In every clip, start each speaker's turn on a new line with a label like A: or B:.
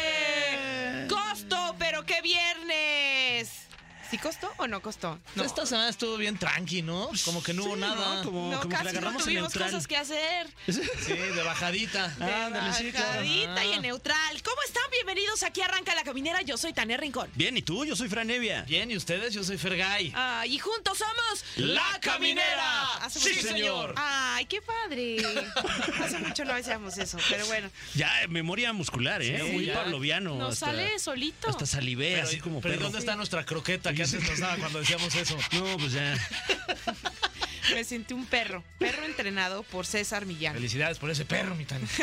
A: eh. ¡Costo, pero qué viernes! ¿Sí costó o no costó? No.
B: Esta semana estuvo bien tranqui, ¿no? Como que no hubo
C: Sí,
B: nada.
C: ¿no? Como,
A: No,
C: como que la
A: casi no
C: agarramos en
A: tuvimos
C: neutral.
A: cosas que hacer.
B: Sí, de bajadita.
C: Ándale, sí, claro. Ah.
A: Bajadita y en neutral. ¿Cómo están? Bienvenidos. Aquí arranca la caminera. Yo soy Tania Rincón.
C: Bien, ¿y tú? Yo soy Fran Evia.
B: Bien, ¿y ustedes? Yo soy Fergay.
A: Ah, y juntos somos
B: La Caminera.
A: Hace
B: Sí,
A: mucho-
B: señor.
A: Ay, qué padre. Hace mucho no hacíamos eso, pero bueno.
C: Ya, eh, memoria muscular, ¿eh?
B: Sí,
C: Muy
B: ya.
C: pavloviano.
A: Nos
C: hasta-
A: sale solito.
C: Hasta salivé,
B: Pero,
C: así como
B: pero
C: perro.
B: ¿dónde está nuestra croqueta que antes nos daba cuando decíamos eso?
C: No, pues ya.
A: Me sentí un perro. Perro entrenado por César Millán.
B: Felicidades por ese perro, mi Tania.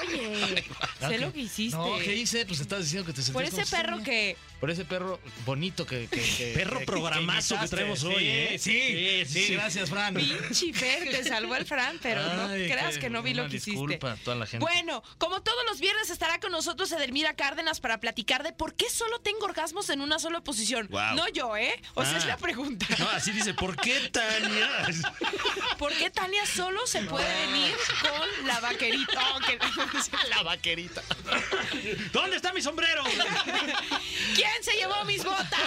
A: Oye, sé lo que hiciste.
B: No, ¿qué hice? Pues estás diciendo que te sentías
A: Por ese
B: como
A: perro
B: Sonia.
A: que
B: Por ese perro bonito que... que- que-
C: Perro
B: que-
C: programazo que
B: imitaste.
C: traemos hoy,
B: Sí,
C: ¿eh?
B: Sí, sí,
C: Sí, sí.
B: gracias, Fran.
A: Pinche Fer, te salvó el Fran, pero no
B: Ay,
A: creas
B: qué-
A: que no vi lo
B: una
A: que hiciste.
B: disculpa a toda la gente.
A: Bueno, como todos los viernes estará con nosotros Edelmira Cárdenas para platicar de por qué solo tengo orgasmos en una sola posición.
C: Guau.
A: No yo, ¿eh? O sea,
C: Ah.
A: es la pregunta.
C: No, así dice, ¿por qué Tania?
A: ¿Por qué Tania solo se puede venir con la vaquerita? Oh, que-
B: la vaquerita.
C: ¿Dónde está mi sombrero?
A: ¿Quién se llevó mis botas?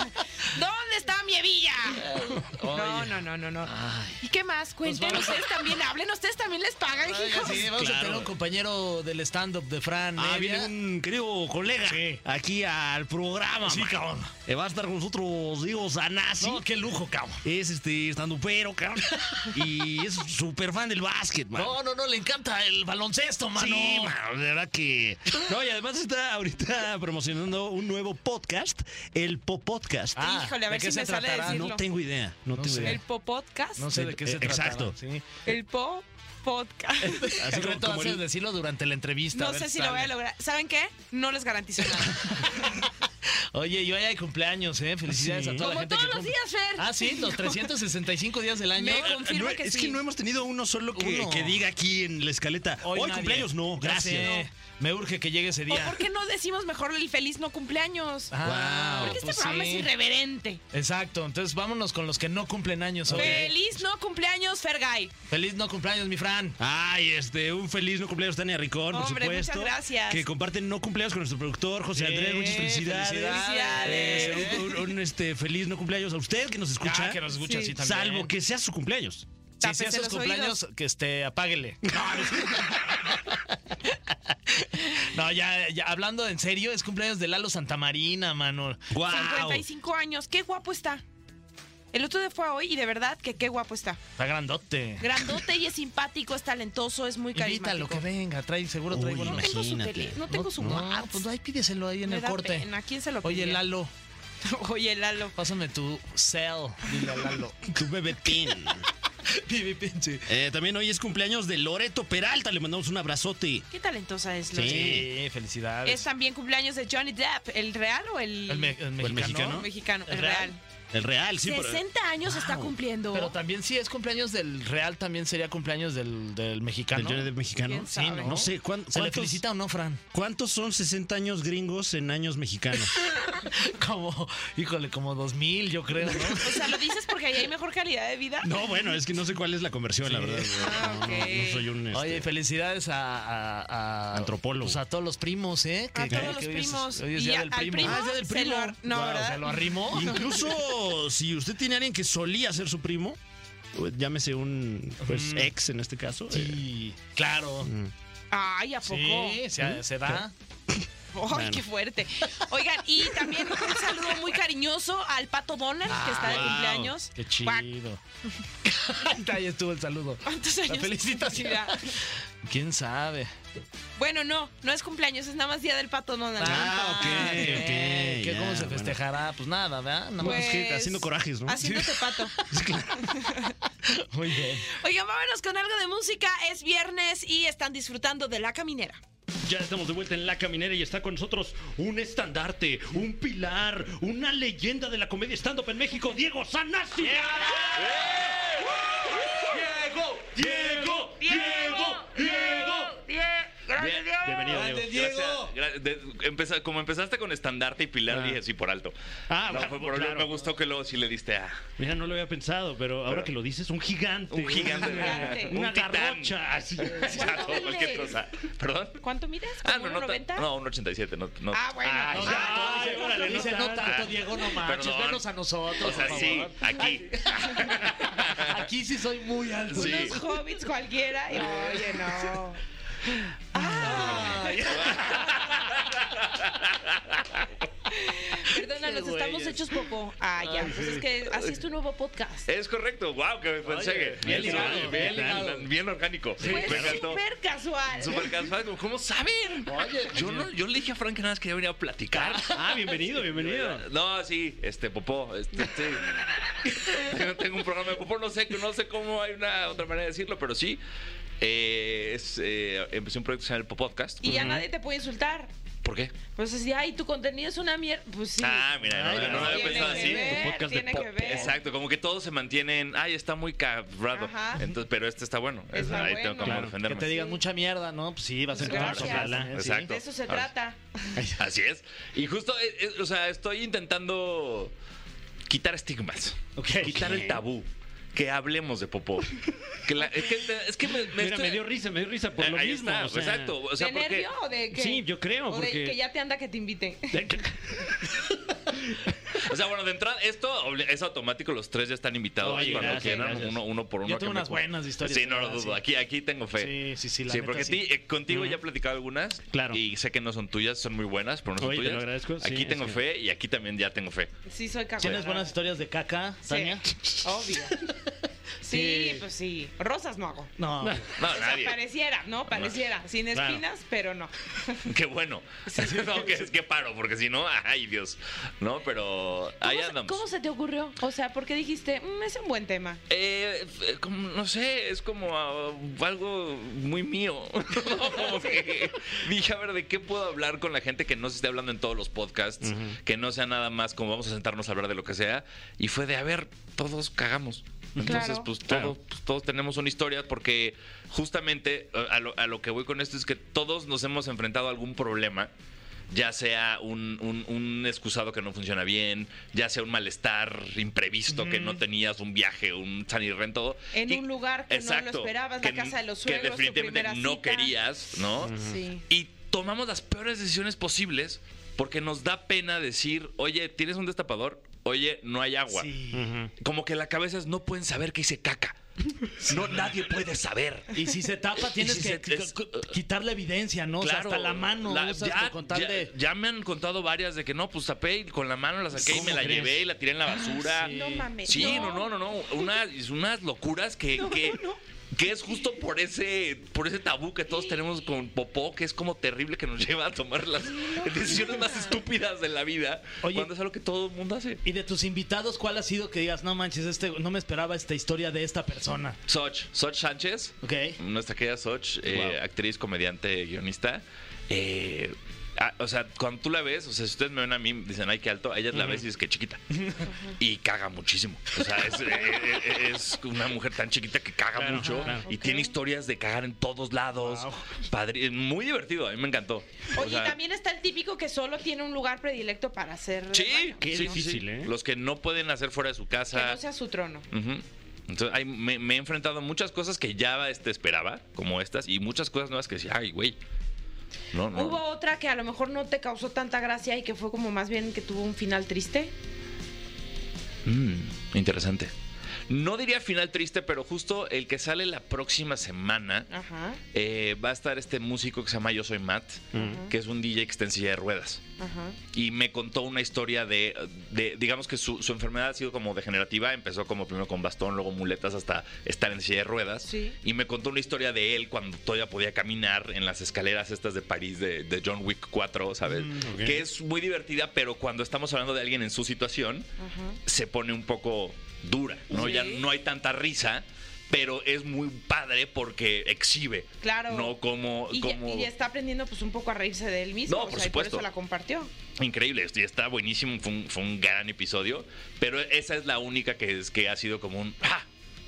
A: ¿Dónde está mi hebilla? No, no, no, no, no. ¿Y qué más? Cuenten,
B: Pues vamos a-
A: ustedes también, hablen, ustedes también les pagan,
B: Oiga,
A: hijos.
B: sí, vamos a
C: Claro.
B: tener un compañero del stand-up de Fran.
C: Ah,
B: Evia.
C: viene un querido colega
B: Sí.
C: aquí al programa.
B: Sí,
C: man.
B: cabrón.
C: Eh, va a estar con nosotros, digo, Sanasi.
B: Ah, No, qué lujo, cabrón.
C: Es este, estando pero, cabrón. Y es súper fan del básquet, man.
B: No, no, no, le encanta el baloncesto, mano.
C: Sí, mano, de verdad que. No, y además está ahorita promocionando un nuevo podcast, el Popodcast.
B: Ah,
A: Híjole, a
B: ¿de
A: ver
B: qué
A: si
B: se
A: me sale
B: tratará?
A: decirlo.
C: no tengo idea, no,
B: No
C: tengo
B: sé.
C: idea.
A: El popodcast.
B: No sé de qué se
C: Eh,
B: trata.
C: exacto.
B: Sí.
A: El po podcast.
C: Así
B: el
C: como-
B: reto va a
C: como
B: ser
C: el-
B: decirlo durante la entrevista.
A: No
B: ver
A: sé si lo voy
B: sale.
A: a lograr. ¿Saben qué? No les garantizo nada.
B: Oye, y hoy hay cumpleaños, ¿eh? Felicidades
C: Sí.
B: a toda la
A: Como
B: gente
A: todos
B: que
A: los
B: cumple.
A: días, Fer.
B: Ah, sí, los 365 días del año.
A: Me
B: Ah,
A: confirmo
C: No,
A: que
C: es
A: sí.
C: que no hemos tenido uno solo que,
B: Uno.
C: que diga aquí en la escaleta. Hoy,
B: nadie.
C: cumpleaños no,
B: Ya
C: gracias.
B: sé, Me urge que llegue ese
A: ¿O
B: día.
A: por qué no decimos mejor el feliz no cumpleaños?
B: Ah,
C: Wow.
A: Porque este
B: pues
A: programa
B: sí.
A: es irreverente.
B: Exacto, entonces vámonos con los que no cumplen años hoy.
A: Feliz no cumpleaños, Fergay.
B: Feliz no cumpleaños, mi Fran.
C: Ay, este, un feliz no cumpleaños, Tania Ricón, por
A: Hombre, muchas
C: supuesto.
A: gracias.
C: Que comparten no cumpleaños con nuestro productor, José
B: Sí,
C: Andrés, muchas felicidades.
A: felicidades.
C: Eh, un, un- un, este, feliz no cumpleaños a usted que nos escucha.
B: Ah, que nos escucha,
A: Sí.
B: sí, también.
C: salvo que sea su cumpleaños.
B: Si sea
A: Tápese
B: sus
A: los
B: cumpleaños, que este, apáguele. No, ya, ya, hablando en serio, es cumpleaños de Lalo Santamarina, mano.
C: ¡Guau!
A: 55 años. Qué guapo está. El otro día fue hoy y de verdad que qué guapo está.
B: Está grandote.
A: Grandote y es simpático, es talentoso, es muy
B: Invítalo,
A: carismático.
B: que venga, trae, seguro trae
C: Uy,
A: No
B: buenos-
A: tengo su
C: Imagínate.
A: tele, no tengo su WhatsApp.
B: No, pues ahí pídeselo ahí en
A: Me
B: el
A: da
B: corte.
A: pena, ¿A quién se lo
B: Oye,
A: pidió?
B: Lalo,
A: Oye, Lalo.
B: pásame tu cell. Dile a Lalo.
C: Tu bebé Tin.
B: Pibi, pinche.
C: Eh, también hoy es cumpleaños de Loreto Peralta. Le mandamos un abrazote.
A: Qué talentosa es, Lalo.
C: Sí.
B: Sí, felicidades.
A: Es también cumpleaños de Johnny Depp, ¿el real o el,
B: El, me- el
C: ¿O el
B: mexicano.
C: mexicano?
A: el mexicano?
B: ¿El
A: El
B: real?
A: real.
C: El real, sí. por-
A: 60 años está
C: Wow.
A: cumpliendo.
B: Pero también sí es cumpleaños del Real, también sería cumpleaños del, del
C: Del
B: mexicano.
C: Johnny Depp mexicano.
A: ¿Quién sabe?
C: ¿no? sé, ¿cuán-
B: ¿Se le
C: cuántos,
B: felicita o no, Fran?
C: ¿cuántos son 60 años gringos en años mexicanos?
B: Como, híjole, como 2000, yo creo, ¿no?
C: Este.
A: O sea, lo dices porque ahí hay mejor calidad de vida.
C: no, bueno, es que no sé cuál es la conversión, la verdad.
A: Ah,
C: No, no,
A: ok.
C: no soy un... este,
B: Oye, felicidades a, a- a-
C: Antropólogo.
B: pues a todos los primos, ¿eh?
A: A todos los
B: hoy es-
A: primos.
B: hoy es
A: Y
B: día
A: a-
B: del
A: al
B: primo.
A: primo
B: Ah, es día del
A: se
B: primo.
A: lo ar- no,
B: Guau,
A: ¿verdad?
B: ¿Se lo arrimó?
C: Incluso si usted tiene a alguien que solía ser su primo, pues, llámese un pues,
B: Ujú.
C: ex en este caso. eh,
B: Sí, claro.
C: Mm.
A: Ay, ¿a poco?
B: Sí, se, se da.
A: Ay,
C: Bueno.
A: qué fuerte. Oigan, y también un saludo muy cariñoso al Pato Donald, que está de
C: Ah,
B: Wow,
A: cumpleaños.
B: Qué
A: Guac,
B: chido. Ahí estuvo el saludo.
A: ¿Cuántos años?
B: felicitación.
A: cumplirá?
B: ¿Quién sabe?
A: Bueno, no, no es cumpleaños, es nada más día del Pato Donald.
C: Ah, ok, ok,
B: ¿Qué,
C: ya,
B: ¿Cómo se
C: bueno.
B: festejará? Pues nada, ¿verdad? Nada más.
A: Pues-
C: que haciendo corajes, ¿no?
A: Haciéndote pato.
B: Muy bien.
A: Oigan, vámonos con algo de música. Es viernes y están disfrutando de la caminera.
C: Ya estamos de vuelta en La Caminera y está con nosotros un estandarte, un pilar, una leyenda de la comedia stand-up en México, Diego Sanasi. ¡Eh! ¡Diego! ¡Diego! ¡Diego! ¡Diego! ¡Diego!
A: Gracias, Diego.
C: Bienvenido, Diego.
B: Grande, Diego.
D: Gra- de- empeza- como empezaste con estandarte y pilar, dije sí por alto.
C: Ah,
D: no,
C: bueno,
D: fue por
C: claro.
D: me gustó que luego sí le diste a
C: Mira, no lo había pensado, pero ahora que lo dices, un gigante.
D: un gigante,
A: gigante.
D: un
C: Una
D: titán.
C: garrocha. Así.
D: Ya, no, cualquier cosa. ¿Perdón?
A: ¿Cuánto mides?
D: Ah,
A: ¿Como
D: no, no, ta-
A: 1.90?
D: no, un 87, no, no.
A: Ah, bueno.
C: Ah,
A: pues,
C: ya.
A: ah,
C: Ay,
B: dice,
C: órale, no
B: dice, no
C: tanto.
B: tanto, Diego, no manches,
D: Perdón.
B: venos a nosotros,
D: o sea,
B: por
D: sí,
B: favor.
D: aquí.
B: Aquí sí soy muy alto.
D: Sí.
A: Unos hobbits cualquiera. y, oye, no.
B: Ay.
A: Perdónanos,
B: Qué
A: estamos
B: güeyes.
A: hechos poco. Ah, ya. Pues es que así es tu nuevo podcast.
D: Es correcto, wow, que me pensé que.
B: bien ligado,
D: bien,
B: bien ligado.
D: bien orgánico.
A: Fue
D: me encantó.
A: Pues súper casual.
D: Súper casual, como, ¿cómo saben?
B: Oye,
D: Yo, no, yo le dije a Frank que nada más quería venir a platicar.
C: Ah, bienvenido, bienvenido.
D: No, sí, este Popó, este, sí. Tengo- tengo un programa de Popó, no sé, no sé cómo hay una otra manera de decirlo, pero sí. eh, es, eh, empecé un proyecto que se llama el Popodcast.
A: Y ya nadie te puede insultar.
D: ¿Por qué?
A: Pues así, ay, tu contenido es una mierda. Pues sí.
D: Ah, mira, no,
C: Ay,
D: no,
C: no,
D: lo había
A: tiene
D: pensado
A: que
D: así.
A: ver,
C: Tu podcast de
A: tiene que
C: pop.
A: ver.
D: Exacto, como que todos se mantienen, ay, está muy cabrado.
A: Ajá.
D: Entonces, pero este está bueno.
A: Está
D: Es- ahí
A: bueno.
D: tengo como
A: Claro,
B: Que
D: defenderme.
B: te digan mucha mierda, ¿no? Pues sí, vas a entrar.
A: Gracias.
B: ojalá, ¿eh? Sí.
D: Exacto.
A: De eso se
D: Ahora sí.
A: trata.
D: Así es. Y justo, eh, eh, o sea, estoy intentando quitar estigmas.
B: Ok.
D: Quitar el tabú. Que hablemos de popó. Que la- es, que, es que me, me
C: Mira,
D: estoy- Eh,
C: me dio risa, me dio risa
B: Eh,
C: por lo
D: Ahí
C: mismo.
D: está,
C: o sea.
D: exacto. O sea,
A: ¿De
D: porque-
A: nervio o de qué?
C: Sí, yo creo,
A: O
C: porque-
A: de que ya te anda que te inviten.
D: o sea, bueno, de entrada, esto obli- es automático, los tres ya están invitados
C: Oye,
D: cuando
C: gracias,
D: quieran,
C: gracias.
D: Uno, uno por uno.
B: Yo tengo
D: que me
B: unas
D: cuente.
B: buenas historias,
D: Sí, no lo
B: ¿verdad?
D: dudo.
B: Sí.
D: Aquí, aquí tengo fe.
B: Sí, sí, sí, la
D: pues, Sí,
B: neta,
D: porque
B: sí.
D: ti- eh, contigo ya he platicado algunas.
C: Claro.
D: Y sé que no son tuyas, son muy buenas, pero no son
C: Oye, te lo
D: tuyas.
C: agradezco, sí,
D: Aquí
C: es
D: tengo
C: que-
D: fe y aquí también ya tengo fe.
A: Sí, soy cagada.
B: ¿Tienes buenas historias de caca, Tania?
A: Sí, obvio. Sí, pues sí. Rosas no hago.
B: No.
D: No,
A: O sea,
D: nadie.
A: pareciera, ¿no? Pareciera. Sin
C: Claro.
A: espinas, pero no.
D: Qué bueno. No, que es que paro, porque si no, ay Dios. No, pero ahí
A: ¿Cómo se-
D: andamos.
A: ¿Cómo se te ocurrió? O sea, porque dijiste, "Mm, es un buen tema.
D: Eh, f- como- no sé, es como ah, algo muy mío. Como que dije, a ver, ¿de qué puedo hablar con la gente que no se esté hablando en todos los podcasts? Que no sea nada más como vamos a sentarnos a hablar de lo que sea. Y fue de, a ver, todos cagamos. Entonces,
A: Claro.
D: pues,
C: Claro.
D: todos- pues, todos tenemos una historia porque justamente eh, a lo, a lo que voy con esto es que todos nos hemos enfrentado a algún problema ya sea un, un- un excusado que no funciona bien, ya sea un malestar imprevisto que no tenías, un viaje, un sanirren, todo.
A: En
D: Y-
A: un lugar que no lo esperabas, la casa de los suegros,
D: Que
A: tu
D: definitivamente
A: primera
D: no
A: cita.
D: querías, ¿no?
A: Sí.
D: Y tomamos las peores decisiones posibles porque nos da pena decir, oye, ¿tienes un destapador? Oye, no hay agua.
B: Sí.
D: Como que la cabeza es, no pueden saber que hice caca. No, nadie puede saber.
B: Y si se tapa, tienes
D: si
B: que
D: se- es-
B: cu- cu- quitar la evidencia, ¿no? o sea, hasta la mano
D: la-
B: usas
D: ya,
B: con tal
D: ya-
B: de...
D: ya me han contado varias de que no, pues tapé y con la mano la saqué y
B: ¿Cómo
D: me la
B: crees? Ah,
D: llevé y la tiré en la basura.
B: sí.
A: No mames.
D: Sí, no, no, no, no. Unas, unas locuras que, que, que es justo por ese, por ese tabú que todos tenemos con Popó, que es como terrible que nos lleva a tomar las decisiones más estúpidas de la vida.
B: Oye.
D: cuando es algo que todo el mundo hace.
B: Y de tus invitados, ¿cuál ha sido que digas, no manches, este, no me esperaba esta historia de esta persona?
D: Soch, Soch Sánchez.
B: ¿Ok?
D: Nuestra querida Soch, eh,
B: Wow.
D: actriz, comediante, guionista. eh, ah, o sea, cuando tú la ves, o sea, si ustedes me ven a mí, dicen, ay, qué alto. A ella la ves y dices que chiquita. Y caga muchísimo. O sea, es, eh, eh, es una mujer tan chiquita que caga
C: Claro,
D: mucho.
C: claro.
D: Y tiene historias de cagar en todos lados. Padre, muy divertido, a mí me encantó. O
A: Oye, y
D: sea,
A: también está el típico que solo tiene un lugar predilecto para hacer.
D: Sí,
A: del baño,
C: Qué
D: sí, sí,
C: difícil,
D: sí.
C: ¿eh?
D: Los que no pueden hacer fuera de su
A: Que
D: casa.
A: no sea su trono.
D: Ujú. Entonces, hay- me, me he enfrentado a muchas cosas que ya este, esperaba, como estas, y muchas cosas nuevas que decía, ay, güey. No, no.
A: ¿Hubo otra que a lo mejor no te causó tanta gracia y que fue como más bien que tuvo un final triste?
D: Mm, interesante. No diría final triste, pero justo el que sale la próxima semana
A: Ajá,
D: eh, va a estar este músico que se llama Yo Soy Matt, Mm, que es un DJ que está en silla de ruedas.
A: ajá.
D: y me contó una historia de, de- digamos que su, su enfermedad ha sido como degenerativa, empezó como primero con bastón, luego muletas hasta estar en silla de ruedas.
A: Sí.
D: Y me contó una historia de él cuando todavía podía caminar en las escaleras estas de París de, de John Wick 4, ¿sabes?
A: Mm,
C: ok.
D: Que es muy divertida, pero cuando estamos hablando de alguien en su situación, se pone un poco dura, ¿no?
A: Sí.
D: Ya no hay tanta risa. Pero es muy padre porque exhibe.
A: Claro.
D: No como.
A: Y, ya,
D: como...
A: y ya está aprendiendo pues un poco a reírse de él mismo.
D: No,
A: o
D: por
A: sea, y
D: supuesto.
A: por eso la compartió.
D: Increíble, y está buenísimo, fue un, fue un gran episodio, pero esa es la única que, es, que ha sido como un... ¡Ah!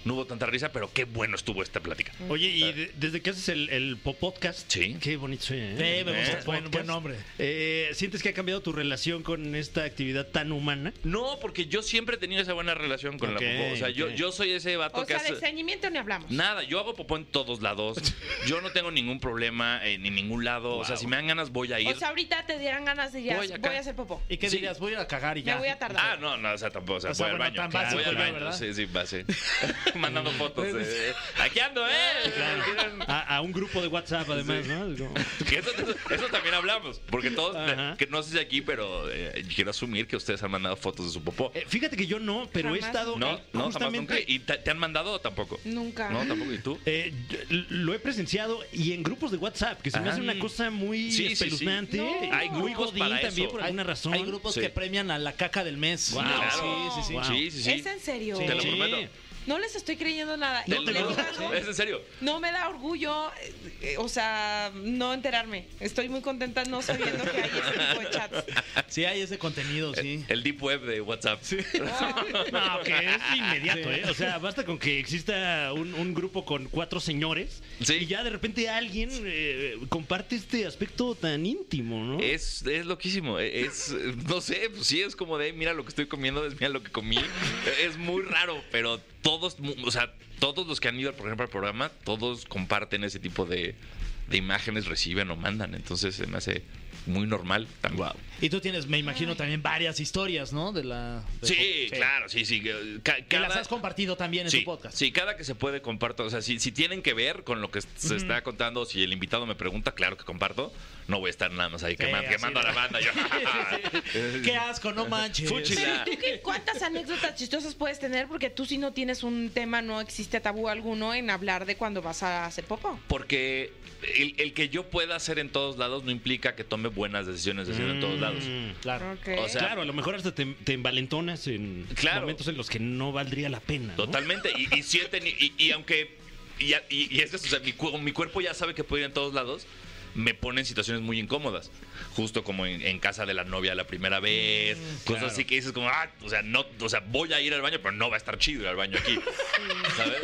D: no hubo tanta risa, pero qué bueno estuvo esta plática.
C: Oye, y de- desde que haces el, el po- podcast,
D: Sí.
C: qué bonito suena. ¿eh?
B: Sí, me gusta.
D: Eh,
B: Buen, buen
C: podcast.
B: nombre.
C: Eh, ¿Sientes que ha cambiado tu relación con esta actividad tan humana?
D: No, porque yo siempre he tenido esa buena relación con
C: Ok,
D: la popó. O sea, yo,
C: ok.
D: yo soy ese vato
A: O
D: que
A: sea, de
D: hace-
A: estreñimiento ni hablamos.
D: Nada, yo hago popó en todos lados. Yo no tengo ningún problema en en ningún lado. O sea, si me dan ganas voy a ir.
A: O sea, ahorita te dieran ganas de ya,
D: Voy
A: voy,
D: acá.
A: a hacer popó.
B: ¿Y qué
D: Sí.
B: dirías? Voy a ir a cagar y ya.
A: Me voy a
D: Ah,
A: tardar.
D: no, no, o sea, tampoco, o sea,
B: O sea,
D: voy
B: bueno,
D: al baño.
B: tan básico,
D: voy al baño,
B: ¿verdad? Pues,
D: sí, sí, va, sí. Mandando fotos. eh, Aquí ando, ¿eh? Miren,
C: A, a un grupo de WhatsApp, además, ¿no?
D: que Eso, eso también hablamos, porque todos, eh,
C: Ajá.
D: que no sé si aquí, pero eh, quiero asumir que ustedes han mandado fotos de su popó.
C: Eh, fíjate que yo no, pero he
A: Jamás.
C: estado.
D: No, no, jamás nunca.
C: justamente,
D: ¿Y te, te han mandado tampoco?
A: Nunca.
D: No, tampoco. ¿Y tú?
C: eh, lo he presenciado y en grupos de WhatsApp, que se me
D: Ajá.
C: hace una cosa muy
D: Sí, sí, sí.
C: espeluznante.
A: No.
D: Hay
C: muy
D: grupos
C: godín
D: para
C: también
D: eso.
C: por
D: Hay-
C: alguna razón.
B: Hay grupos
D: Sí.
B: que premian a la caca del mes.
D: Sí, claro.
B: Sí, sí, sí.
C: Wow.
D: Sí, sí, sí.
A: ¿Es en serio?
D: Te lo
C: Sí.
D: prometo.
A: No les estoy creyendo nada.
D: Te
A: Y
D: lo
A: les
D: prometo.
A: digo algo,
D: Es en serio.
A: No me da orgullo, eh, eh, o sea, no enterarme. Estoy muy contenta no sabiendo que hay ese tipo de chats.
B: Sí, hay ese
D: Eh,
B: contenido, sí.
D: El deep web de WhatsApp.
C: No, que es inmediato,
B: Sí.
C: ¿eh? O sea, basta con que exista un, un grupo con cuatro señores
D: Sí.
C: y ya de repente alguien eh, comparte este aspecto tan íntimo, ¿no?
D: Es, es loquísimo, e, es, no sé, pues sí es como de, mira lo que estoy comiendo, es mira lo que comí, es muy raro, pero todos, mu- o sea, todos los que han ido, por ejemplo, al programa, todos comparten ese tipo de, de imágenes, reciben o mandan, entonces se me hace muy normal también.
B: Y tú tienes, me imagino, también varias historias, ¿no? De la. de-
D: Sí, claro, sí, sí, que- ca-
B: Que
D: cada-
B: las has compartido también en
D: sí,
B: tu podcast.
D: sí, cada que se puede comparto, o sea, si, si tienen que ver con lo que se está contando, si el invitado me pregunta, claro que comparto, no voy a estar nada más ahí queman-
B: así
D: quemando a la
B: de-
D: banda, yo,
B: Qué asco, no manches.
D: Eh, Fuchi.
A: Pero
D: Ya.
A: ¿tú qué, cuántas anécdotas chistosas puedes tener? Porque tú si no tienes un tema, no existe tabú alguno en hablar de cuando vas a hacer popó.
D: Porque el, el que yo pueda hacer en todos lados no implica que tome buenas decisiones de hacer en todos lados.
C: Mm.
B: Claro.
A: Ok.
D: O sea,
C: Claro, a lo mejor hasta te, te envalentonas en
D: Claro.
C: momentos en los que no valdría la pena. ¿no?
D: Totalmente. Y, y sienten, y, y aunque. Y, y- y es eso, o sea, mi, cu- mi cuerpo ya sabe que puede ir en todos lados. Me pone en situaciones muy incómodas. Justo como en, en casa de la novia la primera vez. cosas
C: Mm, claro.
D: así que dices como, ah, o sea, no, o sea, voy a ir al baño, pero no va a estar chido ir al baño aquí. ¿Sabes?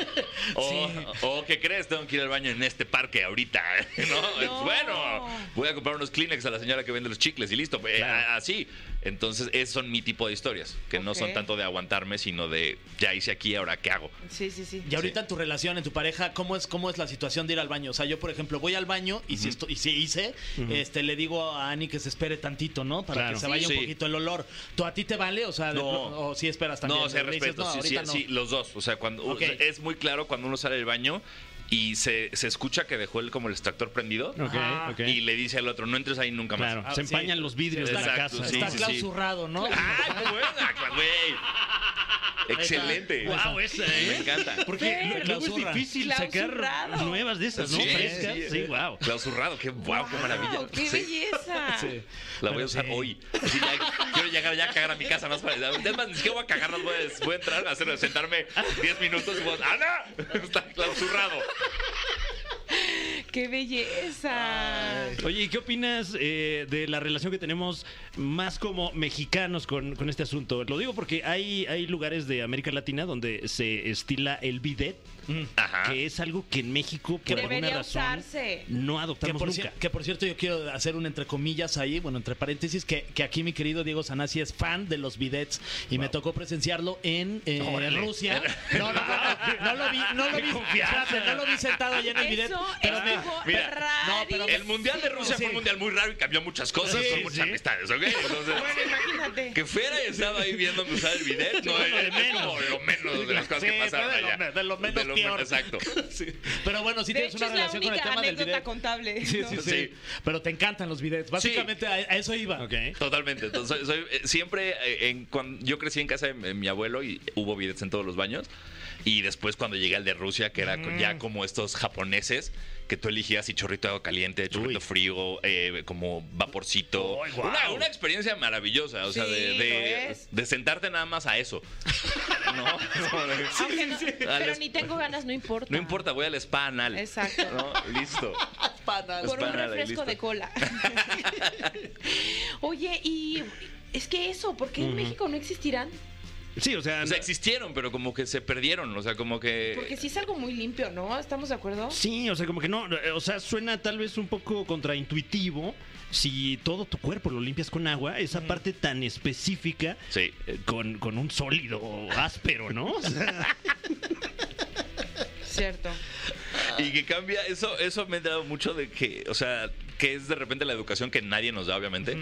D: O, o, ¿qué crees? Tengo que ir al baño en este parque ahorita. ¿no?
A: No.
D: Bueno, voy a comprar unos Kleenex a la señora que vende los chicles y listo. pues,
C: Claro.
D: a- Así. Entonces, esos son mi tipo de historias. Que no son
A: Ok.
D: tanto de aguantarme, sino de ya hice aquí, ahora qué hago.
A: Sí, sí, sí.
B: Y ahorita en tu relación, en tu pareja, ¿cómo es, ¿cómo es la situación de ir al baño? O sea, yo, por ejemplo, voy al baño y si, esto, y si hice, este, le digo a Ani que se espere tantito, ¿no? Para
C: Claro.
B: que se vaya
D: Sí.
B: un poquito el olor. ¿Tú a ti te vale? O sea, de
D: No.
B: pro- o si esperas también.
D: No, o sea,
B: Le dices,
D: respeto.
B: "No,
D: sí, sí,
B: ahorita no".
D: sí, los dos. O sea, cuando o
B: Ok.
D: sea, es muy claro cuando uno sale del baño y se, se escucha que dejó el, como el extractor prendido
C: Ok,
B: Ah,
C: ok.
D: y le dice al otro, no entres ahí nunca más.
C: Claro,
B: Ah,
C: se
B: sí.
C: empañan los vidrios de la
D: Exacto,
C: casa.
D: sí,
B: Está
D: sí, sí.
B: clausurrado, ¿no?
D: ¡Ah, qué buena, Cla- güey! Excelente.
C: Guau, esa, ¿eh?
D: Me encanta.
C: Porque
A: Pero-
C: luego es
B: Clausurra.
C: difícil sacar
A: Clausurrado.
C: nuevas de esas, ¿no?
D: Sí,
C: Frescas. Sí,
D: sí,
C: wow.
D: Clausurrado, qué guau, qué maravilla.
A: ¡Qué
D: Sí.
A: belleza!
D: La voy a
B: Pero
D: usar
B: sí.
D: hoy. Sí, ya- quiero llegar ya a cagar a mi casa más para. Es más, ni siquiera voy a cagar, las voy a, voy a entrar a hacer, sentarme 10 minutos y voy a- ¡Ana! Está clausurrado.
A: ¡Qué belleza!
C: Oye, ¿y qué opinas eh, de la relación que tenemos más como mexicanos con, con este asunto? Lo digo porque hay, hay lugares de América Latina donde se estila el bidet,
D: Ajá.
C: que es algo que en México, por alguna
A: Debería
C: razón,
A: usarse.
C: no
B: Que
C: adoptamos
B: por, cier-
C: nunca.
B: que por cierto, yo quiero hacer un entre comillas ahí, bueno, entre paréntesis, que, que aquí mi querido Diego Sanasi es fan de los bidets y me tocó presenciarlo en eh,
C: Órale.
B: Rusia. No, no, no, no lo vi, no lo
C: Qué
B: vi,
C: confianza.
B: espérate, no lo vi sentado allá en el bidet.
A: Eso
B: pero me-
A: estuvo
D: mira,
B: no, pero
D: El mundial de Rusia
B: Sí.
D: fue un mundial muy raro y cambió muchas cosas,
C: Sí,
D: son muchas
C: sí.
D: amistades, ¿ok? Entonces,
A: Bueno, imagínate.
D: que fuera haya estado ahí viéndome usar el bidet, no es, es como lo menos de las cosas
B: Sí,
D: que pasaron
B: fue de lo
D: allá.
B: me- de lo menos peor.
D: Exacto.
B: Pero bueno, si
A: de
B: tienes
A: hecho,
B: una
A: es la
B: relación con el
A: única
B: tema del
A: anécdota
B: bidet.
A: contable.
B: Sí,
A: ¿no?
B: sí, sí,
D: Sí.
B: Pero te encantan los bidets. Básicamente a, a eso iba.
D: Totalmente. Entonces, soy- soy- eh, siempre, eh, en, cuando, yo crecí en casa de mi- mi abuelo y hubo bidets en todos los baños. Y después cuando llegué al de Rusia, que era co- ya
A: Mm.
D: como estos japoneses, que tú elegías si chorrito de agua caliente, chorrito frío, eh, como vaporcito.
C: Ay, guau.
D: una, una experiencia maravillosa, o sea,
A: Sí,
D: de,
A: lo
D: de,
A: es.
D: de sentarte nada más a eso. no,
A: Aunque no- Pero
D: Alex.
A: ni tengo ganas, no importa.
D: pues. no importa, voy al spa anal.
A: Exacto.
D: ¿No? Listo.
A: Por
D: Para
A: un
D: nada, y
A: refresco
D: listo.
A: de cola. Oye, y es que eso, ¿por qué en México no existirán?
C: Sí, o sea.
D: O
C: no-
D: sea, existieron, pero como que se perdieron. O sea, como que.
A: Porque sí es algo muy limpio, ¿no? ¿Estamos de acuerdo?
C: Sí, o sea, como que no, eh, o sea, suena tal vez un poco contraintuitivo si todo tu cuerpo lo limpias con agua, esa parte tan específica
D: Sí.
C: eh, con, con un sólido áspero, ¿no? O sea,
A: Cierto.
D: Y que cambia, eso, eso me ha dado mucho de que, o sea, que es de repente la educación que nadie nos da, obviamente,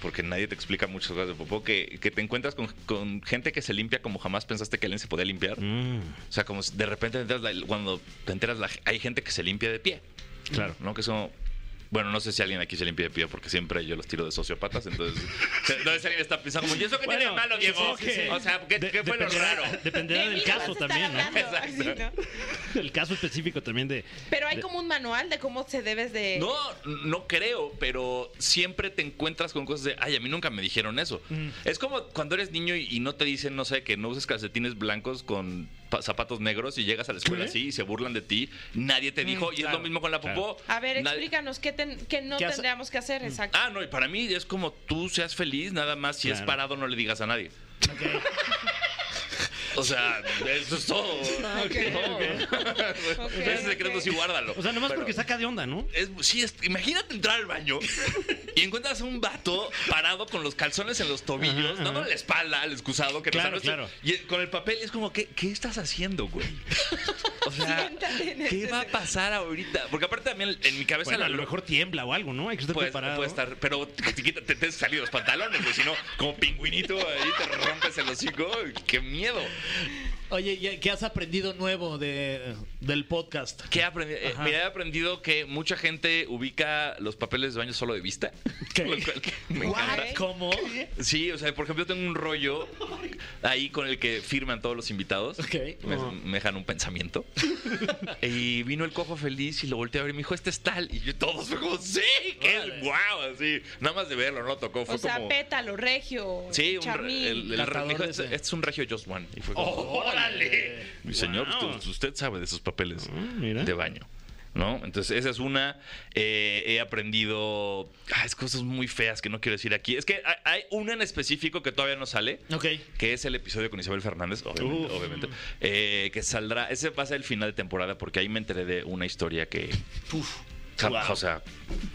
D: porque nadie te explica muchas cosas de popó, que, que te encuentras con, con gente que se limpia como jamás pensaste que alguien se podía limpiar.
C: mm,
D: O sea, como si de repente te enteras la- cuando te enteras, la- hay gente que se limpia de pie.
C: Claro.
D: ¿No? Que son. Bueno, no sé si alguien aquí se limpia de pie porque siempre yo los tiro de sociopatas, entonces. entonces alguien está pensando como, ¿y eso qué tiene de
C: Bueno,
D: malo, Diego?
C: sí, sí, sí.
D: O sea, ¿qué,
C: De-
D: qué fue lo
C: dependerá-
D: raro?
C: Dependerá
A: De
C: del
A: mí no
C: caso
A: vas a estar
C: también, ¿no?
A: hablando, así,
D: Exacto.
A: ¿no?
C: Del caso específico también de.
A: Pero hay como un manual de cómo se debes de...
D: No, no creo, pero siempre te encuentras con cosas de, ay, a mí nunca me dijeron eso.
C: Mm.
D: Es como cuando eres niño y, y no te dicen, no sé, que no uses calcetines blancos con pa- zapatos negros y llegas a la escuela
C: ¿Qué?
D: así y se burlan de ti, nadie
C: Mm,
D: te dijo, y es
B: claro,
D: lo mismo con la popó.
A: A ver,
D: Nadie-
A: explícanos qué, ten- qué no
B: ¿Qué hace-
A: tendríamos que hacer, exacto.
D: Ah, no, y para mí es como tú seas feliz, nada más si es
C: Claro.
D: parado no le digas a nadie. O sea, eso es todo. No.
A: Ok,
D: Ese secreto
A: ok.
D: sí guárdalo.
C: O sea, nomás
D: Pero-
C: porque saca de onda, ¿no?
D: Es- sí, es- imagínate entrar al baño y encuentras a un vato parado con los calzones en los tobillos, dándole la espalda al excusado que te
C: Claro,
D: está-
C: claro.
D: Y con el papel y es como, ¿qué, qué estás haciendo, güey? O sea,
A: Siéntate en
D: ¿qué
A: este
D: va a pasar ahorita? Porque aparte también en mi cabeza
C: Bueno,
D: la
C: a lo mejor tiembla o algo, ¿no? Hay que estar
D: Puede,
C: preparado.
D: Pues, puede estar, pero te, te, quita- te, te salen los pantalones, güey. Si no, como pingüinito ahí te rompes el hocico. ¡Qué miedo!
B: Oye, ¿y ¿qué has aprendido nuevo de, del podcast?
D: ¿Qué he aprendido? Eh,
B: Ajá.
D: mira, he aprendido que mucha gente ubica los papeles de baño solo de vista.
B: ¿Qué?
D: Lo cual me
B: What?
D: encanta.
B: ¿Cómo?
D: Sí, o sea, por ejemplo, tengo un rollo ahí con el que firman todos los invitados.
B: Ok.
D: Me, me dejan un pensamiento. y vino el cojo feliz y lo volteé a ver y me dijo, este es tal. Y yo todos fue como, sí, que es
B: Órale.
D: guau, así. Nada más de verlo, no lo tocó. Fue
A: O sea,
D: como.
A: pétalo, regio,
D: Sí, un, re-
A: chamín.
D: el, el re-
B: Catador
D: me dijo,
B: de
D: este,
B: ese.
D: este es un regio Just One. Y fue como,
B: ¡Órale!
D: mi señor,
C: Oh, Wow.
D: usted, usted sabe de esos papeles
C: Ah, mira.
D: de baño. ¿No? Entonces, esa es una. Eh, he aprendido. ah, es cosas muy feas que no quiero decir aquí. Es que hay, hay una en específico que todavía no sale.
B: Ok.
D: Que es el episodio con Isabel Fernández, obviamente.
C: Uf.
D: obviamente, eh, que saldrá. Ese va a ser el final de temporada porque ahí me enteré de una historia que.
B: Uf.
D: ja-
C: Wow.
D: O sea,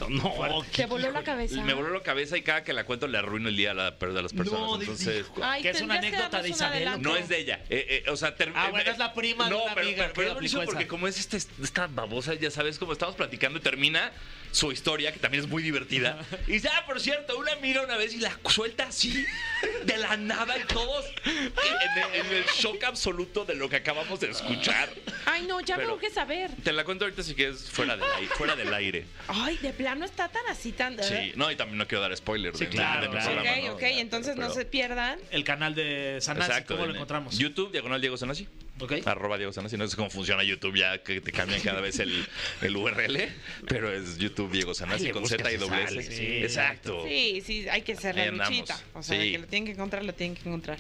C: No,
A: Te voló la cabeza.
D: me voló la cabeza y cada que la cuento le arruino el día a, la- a las personas.
B: No,
D: Entonces,
B: dijo.
A: Ay,
B: Que es una
A: tendrías que
B: anécdota
A: darnos
B: de
A: un
B: Isabel, ¿o
A: adelanto.
D: No es de ella. Eh, eh, o sea, ter-
B: Ah,
D: eh,
B: bueno, es la prima de
D: No,
B: una
D: pero,
B: amiga
D: pero-
B: que
D: pero no lo hizo
B: aplicó
D: porque
B: esa.
D: como es este- esta babosa, ya sabes cómo estamos platicando y termina su historia, que también es muy divertida. Y dice, ah, por cierto, una mira una vez y la suelta así de la nada y todos en, en- en el shock absoluto de lo que acabamos de escuchar.
A: Ay, no, ya me
D: Pero-
A: urge saber.
D: Te la cuento ahorita si quieres fuera del aire. Fuera del aire.
A: Ay, de plano está tan así, tan...
D: Sí, no, y también no quiero dar spoilers
B: Sí,
D: de,
B: claro,
D: de mi
B: claro.
A: Ok,
D: programa, ¿no?
A: ok, entonces no
D: Pero-
A: se pierdan.
B: El canal de Sanasi,
D: Exacto,
B: ¿cómo lo
D: en
B: encontramos?
D: YouTube, diagonal Diego Sanasi.
B: Ok.
D: Arroba Diego Sanasi. No sé cómo funciona YouTube, ya que te cambian cada vez el, el URL, pero es YouTube Diego
C: Ay,
D: Sanasi
C: le
D: con Z y
C: buscas y
D: doble
C: sale,
D: S.
C: sí.
D: Exacto.
A: Sí, sí, hay que ser
D: Oh. Ahí
A: la
D: andamos.
A: luchita. O sea,
D: Sí.
A: que lo tienen que encontrar, lo tienen que encontrar.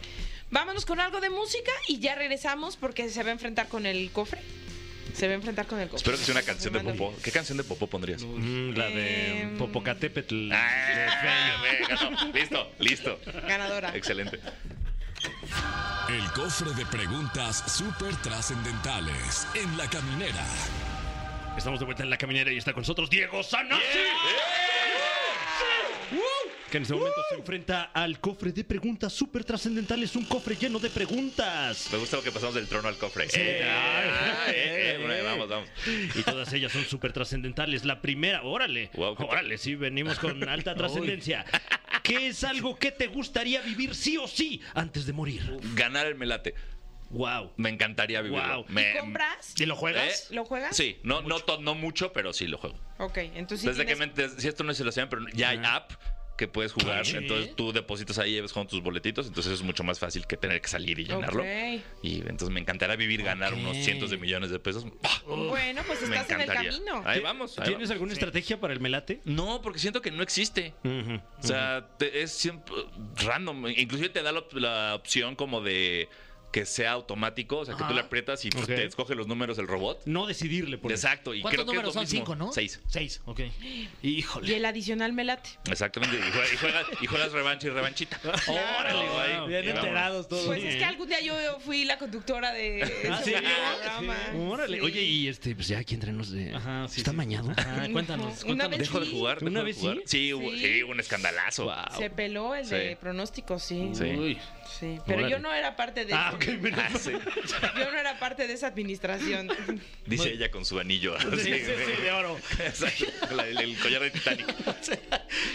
A: Vámonos con algo de música y ya regresamos porque se va a enfrentar con el cofre. Se va a enfrentar con el cofre.
D: Espero que sea una canción de
A: Mando-
D: Popó. ¿Qué canción de Popó pondrías?
C: Mm, la de
A: Em.
C: Popocatépetl.
D: Ah, venga, no. Listo, listo.
A: Ganadora.
D: Excelente.
E: El cofre de preguntas súper trascendentales en la caminera.
C: Estamos de vuelta en la caminera y está con nosotros Diego Sanasi. Que en este momento se enfrenta al cofre de preguntas súper trascendentales, un cofre lleno de preguntas.
D: Me gusta lo que pasamos del trono al cofre. Eh, ah, eh, eh, bueno, vamos, vamos.
C: Y todas ellas son súper trascendentales. La primera, órale,
D: Wow, qué-
C: órale, sí, venimos con alta trascendencia. ¿Qué es algo que te gustaría vivir sí o sí antes de morir?
D: Ganar el melate.
C: Wow.
D: Me encantaría vivirlo.
C: Wow.
D: Me-
A: ¿Compras?
B: ¿Y lo juegas?
D: ¿Eh?
A: ¿Lo juegas?
D: Sí, no, no, to- no mucho, pero sí lo juego.
A: Ok, entonces sí
D: Desde que
A: tienes-
D: me, des- si esto no se lo hacían, pero ya hay app que puedes jugar,
C: ¿Qué?
D: entonces tú depositas ahí y ves con tus boletitos, entonces es mucho más fácil que tener que salir y llenarlo.
A: Ok.
D: Y entonces me encantará vivir, ganar unos cientos de millones de pesos. ¡Ah!
A: Bueno, pues
D: me
A: estás en el
D: encantaría.
A: camino.
D: Ahí vamos. ahí
C: ¿Tienes
D: vamos.
C: alguna estrategia para el melate?
D: No, porque siento que no existe.
C: Ujú.
D: uh, O sea, te- es siempre eh, random. Inclusive te da la, op- la opción como de que sea automático, o sea, que tú
F: Ajá.
D: le aprietas y pues,
C: Ok.
D: te escoge los números del robot.
C: No decidirle, por eso.
D: Exacto, y
F: ¿Cuántos
D: creo que es
F: números
D: lo
F: son?
D: mismo.
F: Cinco, no?
D: Seis.
B: Seis, ok.
A: Y
B: Híjole.
A: el adicional me late.
D: Exactamente, y juegas, y juegas- y juegas revancha y revanchita.
C: Órale,
D: No, ahí,
C: wow.
D: y vámonos.
B: todos.
A: Pues
C: Sí,
A: es
C: ¿eh?
A: que algún día yo fui la conductora de
B: Ah,
A: ese
B: ¿sí?
A: programa.
C: Órale.
A: Sí.
C: Oye, y este, pues ya aquí entre nos de.
B: Ajá, sí,
C: Está
B: sí.
C: mañado.
B: Ah, cuéntanos.
A: Una
B: cuéntanos.
A: vez
D: Dejo de
A: Sí.
D: jugar.
C: ¿Una
D: dejo de
C: vez sí?
D: jugar. Sí, hubo-
A: Sí.
D: sí, un escandalazo.
A: Se peló el de
D: Sí.
A: pronóstico, sí.
D: Sí.
B: Uy.
A: Sí, Pero
C: Órale.
A: yo no era parte de
C: Ah,
A: eso.
C: ok, menos
D: Ah, sí.
A: Yo no era parte de esa administración.
D: Dice ella con su anillo.
B: Sí, sí, sí, de oro.
D: Exacto, la- el, el collar de Titanic.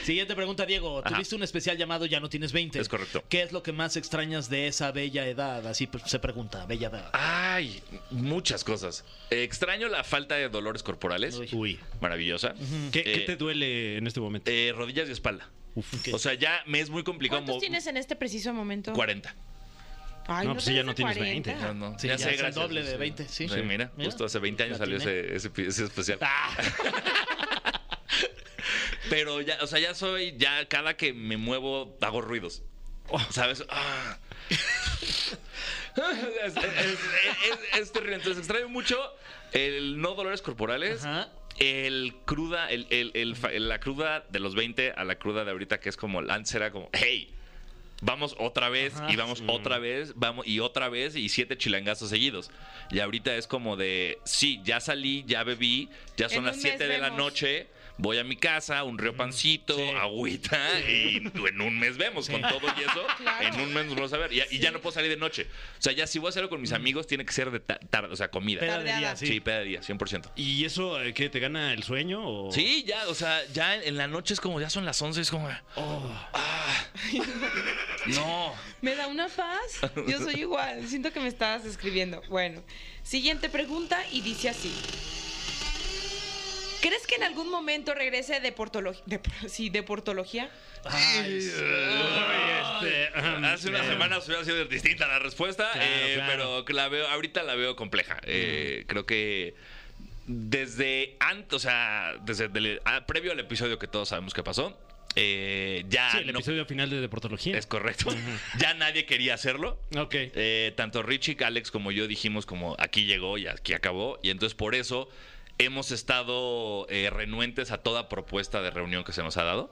B: Siguiente pregunta, Diego.
D: Ajá.
B: Tuviste un especial llamado Ya no tienes 20.
D: Es correcto.
B: ¿Qué es lo que más extrañas de esa bella edad? Así pues, se pregunta, bella edad.
A: Ah,
D: Ay, muchas cosas. Extraño la falta de dolores corporales.
C: Uy.
D: Maravillosa.
C: ¿Qué,
D: Eh,
C: qué te duele en este momento?
D: eh, pues, rodillas y espalda. O sea, ya me es muy complicado.
A: ¿Cuántos
D: mo-
A: tienes en este preciso momento?
D: 40.
A: Ay,
C: No,
A: no,
C: pues
A: te
C: sí, ya
A: des
C: no
A: de
C: tienes
A: 40.
C: 20.
D: No, no.
B: Sí,
D: ya,
B: ya
D: sé,
B: es el
D: gracias.
B: doble de 20, sí. Sí.
D: Mira,
B: Mira.
D: justo hace 20 años salió
B: La Ah. atiné.
D: ese, ese, ese especial. Pero ya, o sea, ya soy, ya cada que me muevo hago ruidos.
B: Oh.
D: ¿Sabes? Ah. es, es- es- es- es terrible. Entonces extraño mucho el no dolores corporales.
B: Ajá.
D: El cruda, el, el- el fa- la cruda de los 20 a la cruda de ahorita, que es como, antes era como, hey, vamos otra vez y vamos otra vez, vamos y otra vez y siete chilangazos seguidos. Y ahorita es como de, sí, ya salí, ya bebí, ya
A: En
D: son las
A: un
D: 7
A: mes
D: de la
A: vemos.
D: noche, voy a mi casa, un río pancito, agüita y en un mes vemos con todo y eso.
A: Claro.
D: En un mes nos vamos a ver y, y ya no puedo salir de noche. O sea, ya si voy a hacerlo con
A: Mm.
D: mis amigos tiene que ser de ta- tarde, o sea, comida.
B: Peda de día,
A: Tardeada.
B: sí.
D: Sí, peda de día, 100%.
C: ¿Y eso eh, qué te gana el sueño? O...
D: Sí, ya, o sea, ya en, en la noche es como, ya son las 11, es como... ah, no.
A: Me da una paz. Yo soy igual. Siento que me estabas escribiendo. Bueno, siguiente pregunta y dice así. ¿Crees que en algún momento regrese deportología? sí, deportología.
B: Ay, sí.
C: Este, ajá,
D: Hace unas semanas hubiera sido distinta la respuesta,
C: Claro,
D: eh,
C: claro.
D: pero que la veo, ahorita la veo compleja. Eh, Creo que desde antes, o sea, desde el- ah, previo al episodio que todos sabemos que pasó, eh, ya
C: Sí, el
D: no-
C: episodio final de Deportología.
D: es correcto, ya nadie quería hacerlo.
C: Ok.
D: Eh, tanto Richie, Alex como yo dijimos como aquí llegó y aquí acabó. Y entonces por eso hemos estado eh, renuentes a toda propuesta de reunión que se nos ha dado.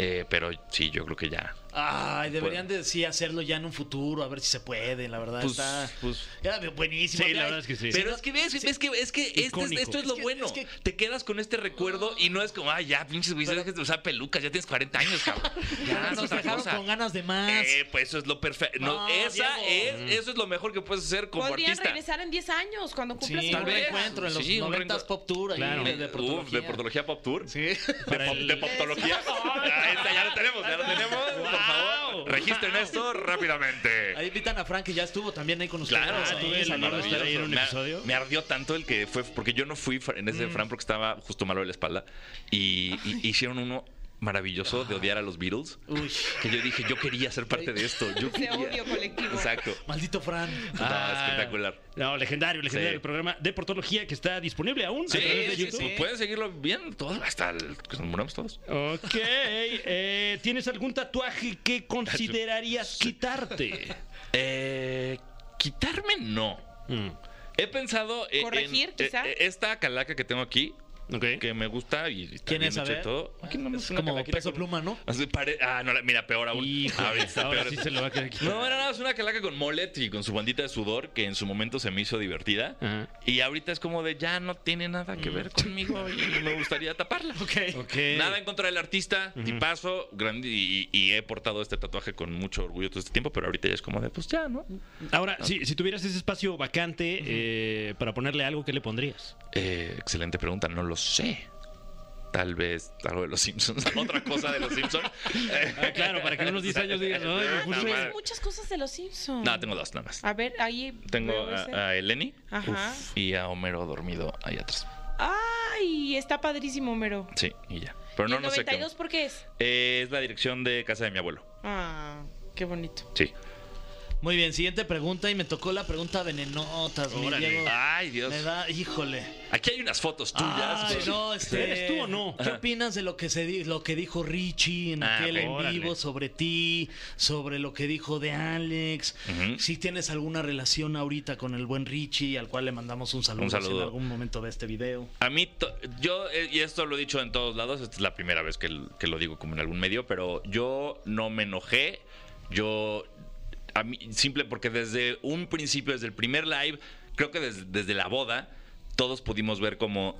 D: Eh, pero sí, yo creo que ya.
B: Ay, deberían de sí hacerlo ya en un futuro, a ver si se puede, la verdad
D: Pues,
B: está.
D: pues.
B: Ya, buenísimo.
C: Sí, la
B: Ay,
C: verdad es que sí.
D: Pero es que ves, ves que, es que este-
C: Icónico.
D: esto es lo
B: Es que-
D: bueno.
B: es que-
D: Te quedas con este recuerdo y no es como, ah, ya, pinches güeyes, dejes de usar pelucas, ya tienes 40 años, cabrón. Ya, es
B: nos
D: otra
B: dejaron
D: cosa.
B: con ganas de más. Ah,
D: Eh, pues eso es lo perfecto.
B: No,
D: No, esa
B: Diego.
C: Mm.
D: es, eso es lo mejor que puedes hacer como
A: Podrían
D: artista.
A: regresar en 10 años cuando cumplas
B: sí,
D: tal
B: un
D: vez.
B: reencuentro en los
D: Sí, un
B: 90
D: reencu-
B: pop tour ahí
C: Claro.
B: de,
D: De,
B: de
D: Uf, de portología pop tour.
B: Sí.
D: De, pop- de poptología. Ahí está, ya lo tenemos, ya lo tenemos. Por favor, registren esto rápidamente.
B: Ahí invitan a Frank que ya estuvo también ahí con ustedes.
D: Claro,
B: Ahí,
C: Pues tuve el honor de estar ahí en un
D: Me-
C: episodio.
D: Me ardió tanto el que fue, porque yo no fui fra- en ese
A: Mm.
D: Fran porque estaba justo malo de la espalda. Y, y- hicieron uno maravilloso de odiar a los Beatles.
B: Uy,
D: Que yo dije, yo quería ser parte de esto. Yo
A: Ese
D: quería.
A: odio colectivo.
D: Exacto.
B: maldito Fran.
D: Ah, espectacular.
C: No, legendario, legendario
D: Sí.
C: el programa Deportología que está disponible aún a
D: Sí,
C: través de
D: sí,
C: YouTube.
D: sí, pueden seguirlo bien todo, hasta el- que nos muramos todos.
C: Ok, eh, ¿tienes algún tatuaje que considerarías quitarte?
D: Eh, quitarme no.
C: Mm,
D: He pensado eh, en,
A: Corregir,
D: eh,
A: quizá.
D: eh, esta calaca que tengo aquí,
C: Ok.
D: que me gusta y está
B: ¿Quién
D: bien
B: es?
D: hecha
B: A
D: y
B: ver.
D: todo. Aquí nomás
B: Es
D: una
B: como
D: calaquita
B: peso
D: con-
B: pluma, ¿no?
D: Así pare- Ah, no, la- mira, peor aún.
C: Hijo,
D: Ahora está
C: ahora
D: peor.
C: sí se lo va a quedar quitar.
D: No, era nada más una calaca con mullet y con su bandita de sudor que en su momento se me hizo divertida.
C: Ajá.
D: Y ahorita es como de ya no tiene nada que ver conmigo y me gustaría taparla.
C: Ok.
D: Nada en contra del artista, tipazo, grande, y, y he portado este tatuaje con mucho orgullo todo este tiempo, pero ahorita ya es como de, pues ya, ¿no?
C: Ahora, si, si tuvieras ese espacio vacante eh, para ponerle algo, ¿qué le pondrías?
D: Eh, excelente pregunta, no lo sé. Tal vez algo de los Simpsons, otra cosa de los Simpsons.
C: Ah, claro, para que en unos 10 años digas, "Ay, me puse-".
D: No,
A: Ah, Tienes
D: madre.
A: muchas cosas de los Simpsons.
D: No, tengo dos nada más.
A: A ver, ahí.
D: Tengo ah,
A: veo
D: a,
A: ese.
D: a Eleni
A: Ajá.
D: uf, y a Homero dormido ahí atrás.
A: Ay, está padrísimo, Homero.
D: Sí, y ya. ah. Pero
A: ¿Y
D: no,
A: el
D: no sé qué.
A: 92 por qué es?
D: Eh, es la dirección de casa de mi abuelo.
A: Ah, qué bonito.
D: Sí.
B: Muy bien, siguiente pregunta y me tocó la pregunta venenotas, mi
C: Órale.
B: Diego.
D: Ay, Dios.
B: Me da, híjole.
D: Aquí hay unas fotos tuyas.
B: Ay,
D: güey.
B: no, este,
C: ¿Eres tú o no?
B: ¿Qué opinas de lo que se di- lo que dijo Richie en
D: Ah,
B: aquel
D: ok.
B: en
C: Órale.
B: vivo sobre ti, sobre lo que dijo de Alex?
D: Ujú.
B: Si tienes alguna relación ahorita con el buen Richie, al cual le mandamos un saludo,
D: Un saludo.
B: si en algún momento de este video.
D: A mí, to- yo, eh, y esto lo he dicho en todos lados, esta es la primera vez que, l- que lo digo como en algún medio, pero yo no me enojé, yo, a mí, simple porque desde un principio, desde el primer live, creo que des- desde la boda, todos pudimos ver como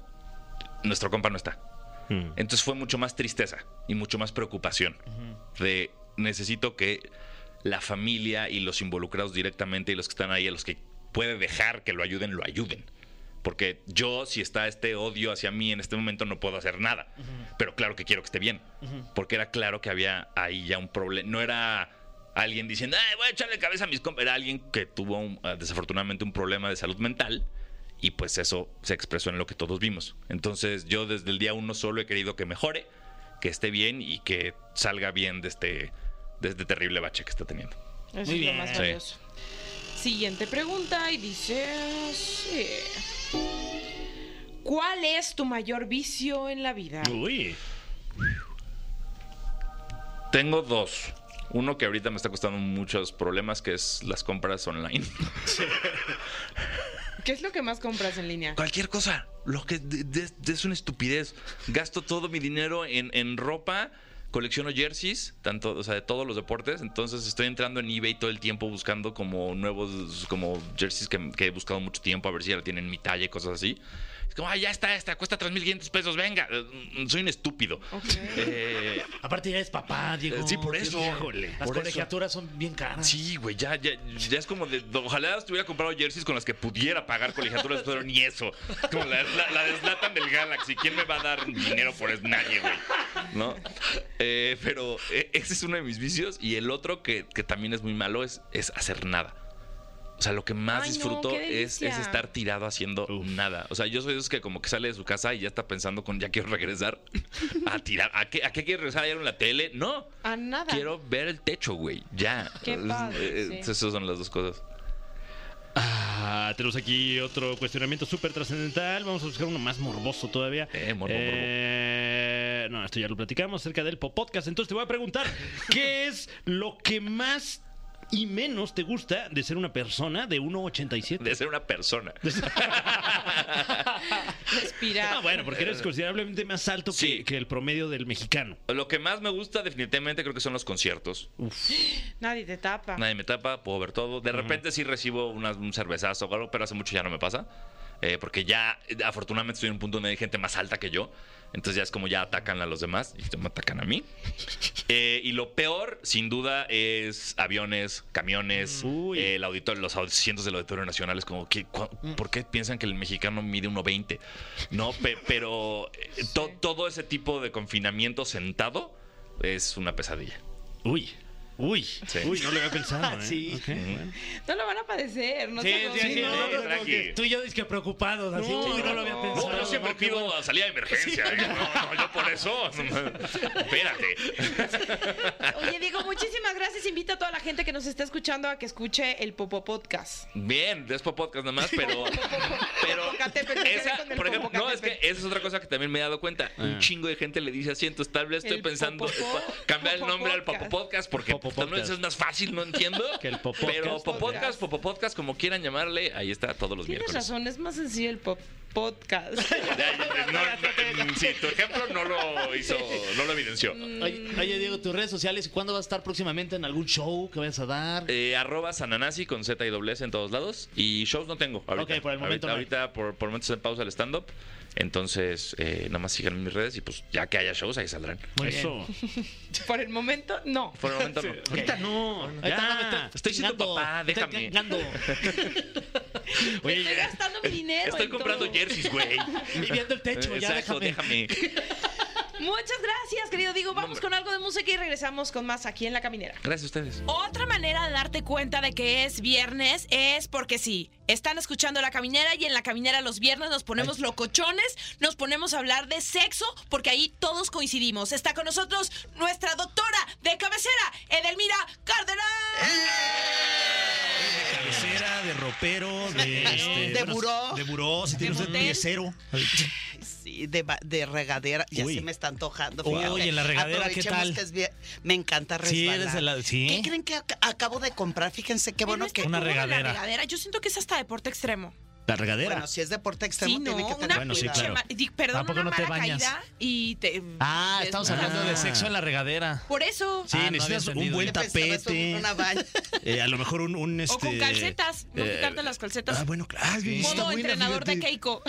D: nuestro compa no está. Entonces fue mucho más tristeza y mucho más preocupación de necesito que la familia y los involucrados directamente y los que están ahí, a los que puede dejar que lo ayuden, lo ayuden. Porque yo, si está este odio hacia mí en este momento, no puedo hacer nada. Pero claro que quiero que esté bien. Porque era claro que había ahí ya un problema. No era alguien diciendo, "Ay, voy a echarle cabeza a mis compas. Era alguien que tuvo un- ah, desafortunadamente un problema de salud mental. Y pues eso se expresó en lo que todos vimos. Entonces yo desde el día uno solo he querido que mejore, que esté bien y que salga bien de este, de este terrible bache que está teniendo.
A: Eso es
B: Muy
A: lo
B: bien.
A: más
D: Sí.
A: valioso. Siguiente pregunta y dice así. ¿Cuál es tu mayor vicio en la vida?
C: Ah. Uy.
D: Tengo dos. Uno que ahorita me está costando muchos problemas, que es las compras online.
A: ¿Qué es lo que más compras en línea?
D: Cualquier cosa. Lo que de- de- de- es una estupidez. Gasto todo mi dinero en, en ropa. Colecciono jerseys, tanto, o sea, de todos los deportes. Entonces estoy entrando en eBay todo el tiempo buscando como nuevos, como jerseys que, que he buscado mucho tiempo, a ver si ya lo tienen en mi talla y cosas así. Es como, ah, ya está esta, cuesta 3.500 pesos, venga. Eh, Soy un estúpido.
A: Ok.
D: Eh,
B: Aparte ya es papá, Diego.
D: Sí, por eso.
B: Híjole. Las
D: Por eso.
B: colegiaturas son bien caras.
D: Sí, güey, ya, ya, ya es como de. Ojalá estuviera comprado jerseys con las que pudiera pagar colegiaturas, pero ni eso. Como la, la, la deslatan del Galaxy. ¿Quién me va a dar dinero por eso? Nadie, güey. ¿No? Eh, pero eh, ese es uno de mis vicios. Y el otro que, que también es muy malo es, es hacer nada. O sea, lo que más
A: Ay, no,
D: disfruto
A: qué
D: es, es
A: delicia.
D: estar tirado haciendo nada. O sea, yo soy de esos que como que sale de su casa y ya está pensando con ya quiero regresar a tirar. ¿A qué, a qué quiero regresar? ¿A ir a la tele? No.
A: A nada.
D: Quiero ver el techo, güey. Ya.
A: Qué padre,
D: Eh, eh,
A: sí.
D: Esas son las dos cosas.
C: Ah, tenemos aquí otro cuestionamiento súper trascendental. Vamos a buscar uno más morboso todavía.
D: Eh, morbo, morbo.
C: Eh, No, esto ya lo platicamos acerca del podcast. Entonces te voy a preguntar, ¿qué es lo que más y menos te gusta de ser una persona de 1,87?
D: De ser una persona.
A: Respirar.
C: Ah, bueno, porque eres considerablemente más alto que-
D: Sí.
C: que, el promedio del mexicano.
D: Lo que más me gusta definitivamente creo que son los conciertos.
A: Nadie te tapa.
D: Nadie me tapa, puedo ver todo. De repente sí recibo unas- un cervezazo o algo, pero hace mucho ya no me pasa. Eh, porque ya, eh, afortunadamente, estoy en un punto donde hay gente más alta que yo. Entonces ya es como ya atacan a los demás y me atacan a mí. Eh, y lo peor, sin duda, es aviones, camiones,
C: Uy.
D: eh, el auditorio, los asientos del Auditorio Nacional. Es como, ¿qué, cua- ¿por qué piensan que el mexicano mide 1,20? No, pe- pero eh, to- todo ese tipo de confinamiento sentado es una pesadilla.
C: Uy, uy,
D: Sí.
C: uy, no lo había pensado. ¿eh?
B: Sí.
C: Ok, bueno.
A: No lo van a padecer. No
B: Sí,
A: se
B: sí,
A: acosen.
B: sí,
D: no,
B: no,
D: no,
B: no,
D: tranqui.
B: porque tú y yo disque preocupados, así
C: No,
B: sí, no,
C: no,
B: lo había
C: no.
D: No,
B: pensado.
D: yo siempre
B: qué
D: pido
B: bueno.
D: salida de emergencia. ¿eh? No, no, yo por eso. Espérate.
A: Oye, Diego, muchísimas gracias. Invita a toda la gente que nos está escuchando a que escuche el Popo Podcast.
D: Bien, después podcast nada más, pero. Pero.
A: Popocatépetl, me quedé
D: Esa,
A: con el
D: por ejemplo, no, es que
A: Popocatépetl.
D: esa es otra cosa que también me he dado cuenta.
C: Ah.
D: Un chingo de gente le dice asientos. Tal vez estoy
A: El
D: pensando
A: Popopó-
D: eh, cambiar el nombre al Popo
A: Popopodcast.
D: Podcast porque
C: Popopodcast.
D: tal vez es más fácil, no entiendo.
C: Que el Popopodcast.
D: Pero Popo Podcast, Popo Podcast, como quieran llamarle, ahí está todos los
A: Tienes
D: miércoles.
A: razón, es más sencillo el Pop Podcast.
D: Ya, ya, no, no, mm, sí, tu ejemplo no lo hizo, no lo evidenció.
B: Oye, oye, Diego, tus redes sociales, ¿cuándo vas a estar próximamente en algún show que vayas a dar?
D: Eh, arroba Sananasi con Z y doble S en todos lados. Y shows no tengo. Ahorita,
B: Ok, por el momento
D: Ahorita,
B: no.
D: ahorita por, por el momento está en pausa el stand-up. Entonces, eh, nada más sigan mis redes y pues ya que haya shows, ahí saldrán.
B: Muy bien.
C: Eso.
A: Por el momento, no.
D: Por el momento no.
C: Ahorita no.
B: Ahí está, me
C: Ya.
B: está
D: Estoy siendo
B: chingando,
D: papá,
B: me está
D: déjame.
B: chingando.
A: Me estoy gastando mi dinero.
D: Estoy
A: en todo.
D: comprando jerseys, güey.
B: Y viendo el techo, ya
D: Exacto,
B: déjame.
D: déjame.
A: Muchas gracias, querido Diego. Vamos con algo de música y regresamos con más aquí en La Caminera.
D: Gracias a ustedes.
F: Otra manera de darte cuenta de que es viernes es porque sí. Están escuchando La Caminera y en La Caminera los viernes nos ponemos locochones, nos ponemos a hablar de sexo porque ahí todos coincidimos. Está con
C: Eh,
F: nosotros nuestra doctora de cabecera, Edelmira Cárdenas.
C: de ropero, de. este,
G: De buró.
C: De buró, si tiene usted
A: motel.
C: piecero.
H: Sí, de, ba- de regadera. Ya
C: Uy.
H: se me está antojando.
C: Uy,
H: fíjate.
C: en la regadera, ¿qué
H: Aprovechemos
C: tal?
H: que es bien- Me encanta
C: Sí,
H: resbalar.
C: eres de la- sí.
H: ¿Qué creen que ac- acabo de comprar? Fíjense qué bueno que...
C: Una
A: Una regadera.
C: regadera.
A: regadera. Yo siento que es hasta deporte extremo.
C: La regadera.
H: Bueno, si es deporte extremo,
A: sí, no,
H: tiene que tener
A: una
C: Bueno, sí,
H: cuidado.
C: claro.
A: chema- di- perdón,
C: ¿A poco
A: una
C: no te
A: mala
C: bañas?
A: caída y te.
C: ah,
A: te-
C: estamos hablando de
A: Ah.
C: sexo en la regadera.
A: Por eso.
C: Sí, Ah, no había necesitas un entendido
H: Yo
C: buen
H: pensaba que era
C: tapete.
H: Una baña.
C: eh, a lo mejor un, un, este.
A: o con calcetas. No quitarte las calcetas.
C: Ah, bueno, claro. Ah, bien, está
A: Modo
C: buena,
A: entrenador de
C: fíjate.
A: Keiko.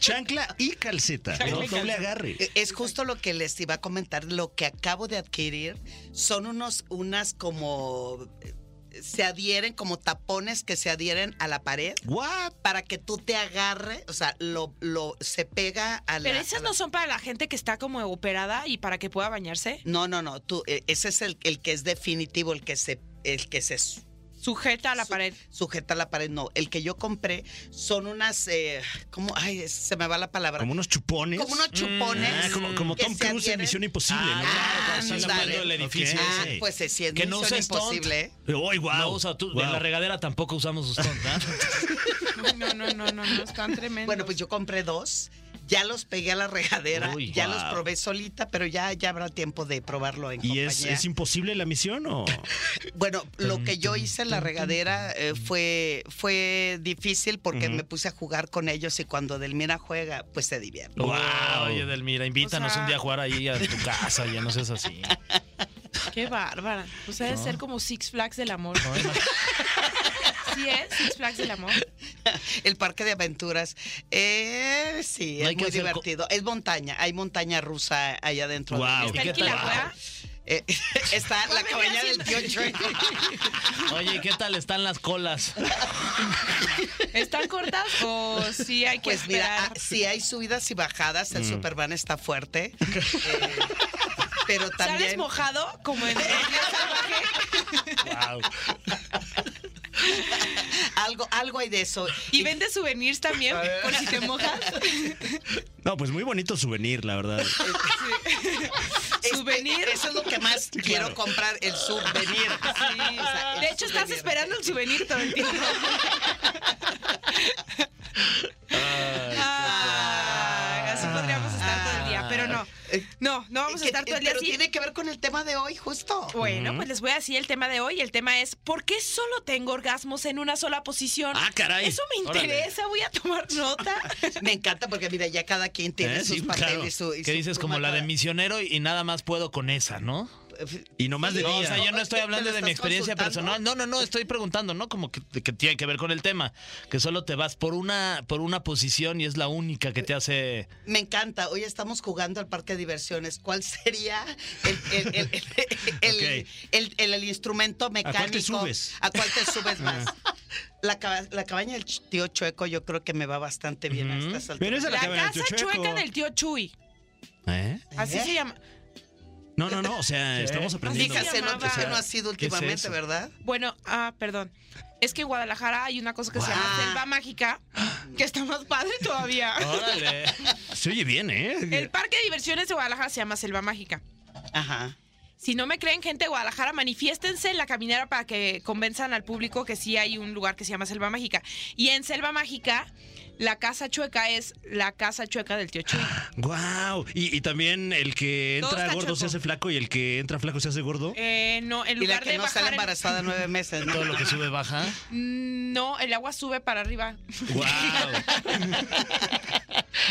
C: Chancla y calceta.
A: Chancla
C: ¿no?
A: y
C: Doble
A: calceta.
C: agarre.
H: Eh, Es justo lo que les iba a comentar, lo que acabo de adquirir son unos, unas como eh, se adhieren, como tapones que se adhieren a la pared
C: What?
H: para que tú te agarres, o sea, lo, lo se pega a la.
A: Pero
H: a
A: esas
H: la-
A: no son para la gente que está como operada y para que pueda bañarse.
H: No, no, no. Tú, eh, ese es el, el que es definitivo, el que se, el que se su-
A: Sujeta a la
H: Su-
A: pared.
H: sujeta a la pared. No, el que yo compré son unas, eh, ¿cómo? Ay, es- se me va la palabra.
C: Como unos chupones.
H: Como unos chupones
C: Ah, como, como
H: que
C: Tom
H: se
C: Cruise en
H: adhieren.
C: Misión Imposible,
H: Ah,
C: ¿no?
H: claro,
C: Está
H: sí,
C: tapando
H: dale.
C: el edificio
H: Ah,
C: ese.
H: pues eh, sí, es
B: Que no
H: misión
B: usa stunt.
H: imposible. ¿eh?
C: Uy, wow.
B: No, o sea, tú, de la regadera tampoco usamos sus tontas.
A: Ay, No, no, no, no, no, están tremendos.
H: Bueno, pues yo compré dos. Ya los pegué a la regadera,
B: Uy,
H: ya
C: wow.
H: los probé solita, pero ya, ya habrá tiempo de probarlo
C: ¿Y
H: en compañía.
C: es, es imposible la misión o...?
H: Bueno, lo que yo hice en la regadera eh, fue, fue difícil porque me puse a jugar con ellos y cuando Delmira juega, pues se divierte.
B: wow, oye, Delmira, invítanos
A: O sea-
B: un día a jugar ahí a tu casa, ya no seas así.
A: Qué bárbara. O sea, debe ser como Six Flags del amor.
B: No, es más-
A: ¿Sí es? Six Flags del amor.
H: El parque de aventuras, eh, sí,
B: No hay
H: es
B: que
H: muy
B: hacer co-
H: divertido. Es montaña, hay montaña rusa allá adentro. de
C: Wow.
H: mí.
A: ¿Está
B: qué
A: en Quilacuea?
B: tal?
H: Eh, está la cabaña del tío Chuy.
B: Oye, ¿y ¿qué tal están las colas?
A: ¿Están cortas o sí hay que
H: Pues mira,
A: esperar?
H: ah, sí hay subidas y bajadas,
B: Mm.
H: el Superman está fuerte. eh, pero
A: ¿Sales
H: también.
A: mojado como en el salvaje?
H: Algo, algo hay de eso.
A: ¿Y vendes souvenirs también por si te mojas?
C: No, pues muy bonito souvenir, la verdad.
H: Este,
A: ¿Souvenir?
H: Eso es lo que más quiero comprar, el souvenir.
A: Sí.
H: O sea, el
A: De hecho, estás
H: souvenir.
A: esperando el souvenir todo el tiempo. Ay, Así podríamos estar todo el día, pero no. No, no vamos a
H: Eh, Que-
A: estar todo el día
H: pero
A: así.
H: tiene que ver con el tema de hoy, justo.
A: Bueno, pues les voy a decir el tema de hoy. El tema es ¿por qué solo tengo orgasmos en una sola posición?
C: ¡Ah, caray!
A: Eso me
B: Órale.
A: interesa, voy a tomar nota.
H: Me encanta porque, mira, ya cada quien tiene
B: ¿Eh?
H: sus
B: Sí,
H: papeles.
B: claro.
H: su- y
B: Que
H: su
B: dices
H: pluma
B: como la de
H: para-
B: misionero y, y nada más puedo con esa, ¿no?
C: Y nomás de
B: No, o
C: día.
B: sea, yo no estoy
H: ¿Te- te
B: hablando
H: lo
B: de mi
H: estás
B: experiencia
H: consultando?
B: personal. No, no, no, estoy preguntando, ¿no? Como que, que tiene que ver con el tema. Que solo te vas por una, por una posición y es la única que te hace.
H: Me encanta. Hoy estamos jugando al parque de diversiones. ¿Cuál sería el, el- el- el- el-
C: Ok.
H: el- el- el instrumento
C: cuál
H: mecánico?
C: te subes?
H: ¿A cuál te
B: Ah.
H: subes más? La, caba- la cabaña del ch- tío Chueco yo creo que me va bastante bien a estas
C: Pero
H: alturas.
C: esa es
A: La
C: la, cabaña
A: casa
C: del tío
A: chueca
C: Chueco.
A: del tío Chuy.
C: ¿Eh?
A: Así
H: ¿Eh?
A: se llama.
C: No, no, no, o sea, estamos aprendiendo.
A: Fíjate.
H: Fíjase lo que
A: llamaba-
H: no ha sido
B: ¿Qué es
H: últimamente,
B: eso?
H: ¿verdad?
A: Bueno, ah, perdón. Es que en Guadalajara hay una cosa que se llama
H: Guau. Oh,
A: selva mágica, que está más padre todavía.
B: Órale.
C: Se oye bien,
A: El
C: ¿eh?
A: parque de diversiones de Guadalajara se llama selva mágica.
H: Ajá.
A: Si no me creen, gente de Guadalajara, manifiéstense en la caminera para que convenzan al público que sí hay un lugar que se llama Selva Mágica. Y en Selva Mágica, la casa chueca es la casa chueca del tío Chuy.
H: Ah.
C: Guau. Y, y también el que
A: Todo
C: entra
A: está
C: gordo se
A: chueco.
C: hace flaco y el que entra flaco se hace gordo.
A: Eh, no, en
H: Y la
A: lugar
H: que
A: de
H: no
A: bajar
H: sale
A: el-
H: embarazada nueve meses, ¿no?
B: Todo lo que sube baja.
A: Mm, No, el agua sube para arriba.
C: Guau.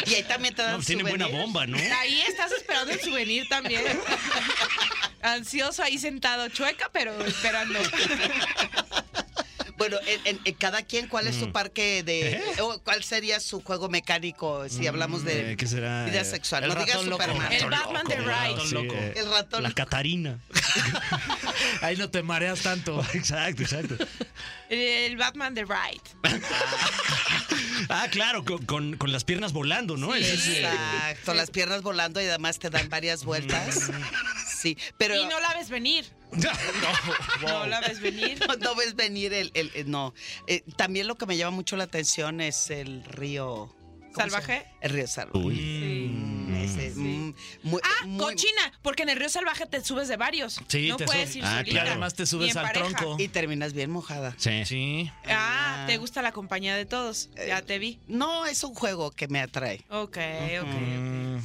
H: Y ahí también te dan
C: No, pues tiene buena
H: souvenirs.
C: bomba, ¿no?
A: Ahí estás esperando el souvenir también. Ansioso ahí sentado, chueca, pero esperando.
H: Bueno, en, en- en cada quien, ¿cuál es su parque de... o ¿Cuál sería su juego mecánico si hablamos de
C: Eh, ¿Qué será?
H: vida
C: Eh,
H: sexual?
B: el
H: No digas
B: ratón loco.
H: Superman.
A: El Batman de Ride.
B: ratón loco.
C: eh,
H: El ratón.
C: La Catarina.
B: Ahí no te mareas tanto.
C: Exacto, exacto.
A: El Batman de Ride.
C: Ah, claro, con, con- con las piernas volando, ¿no? Ese es, eh,
H: Exacto, las piernas volando y además te dan varias vueltas. Sí, pero
A: Y no la ves venir. No la ves venir.
H: no, no ves venir el... el- el- no, Eh, también lo que me llama mucho la atención es el río... ¿cómo se
A: ¿Salvaje?
H: llama? El río salvaje.
A: Sí.
H: Mm, veces. Mm, muy-
A: Ah,
H: muy-
A: cochina, porque en el río salvaje te subes de varios.
B: Sí,
A: no
B: te
A: puedes
B: subes.
A: ir
B: Ah,
A: solita,
B: claro. Y además te
A: ni
B: subes
A: en
B: al
A: pareja.
B: tronco.
H: Y terminas bien mojada.
C: Sí.
B: Sí.
A: Ah, te gusta la compañía de todos. Ya te vi.
H: No, es un juego que me atrae.
A: Ok, ok.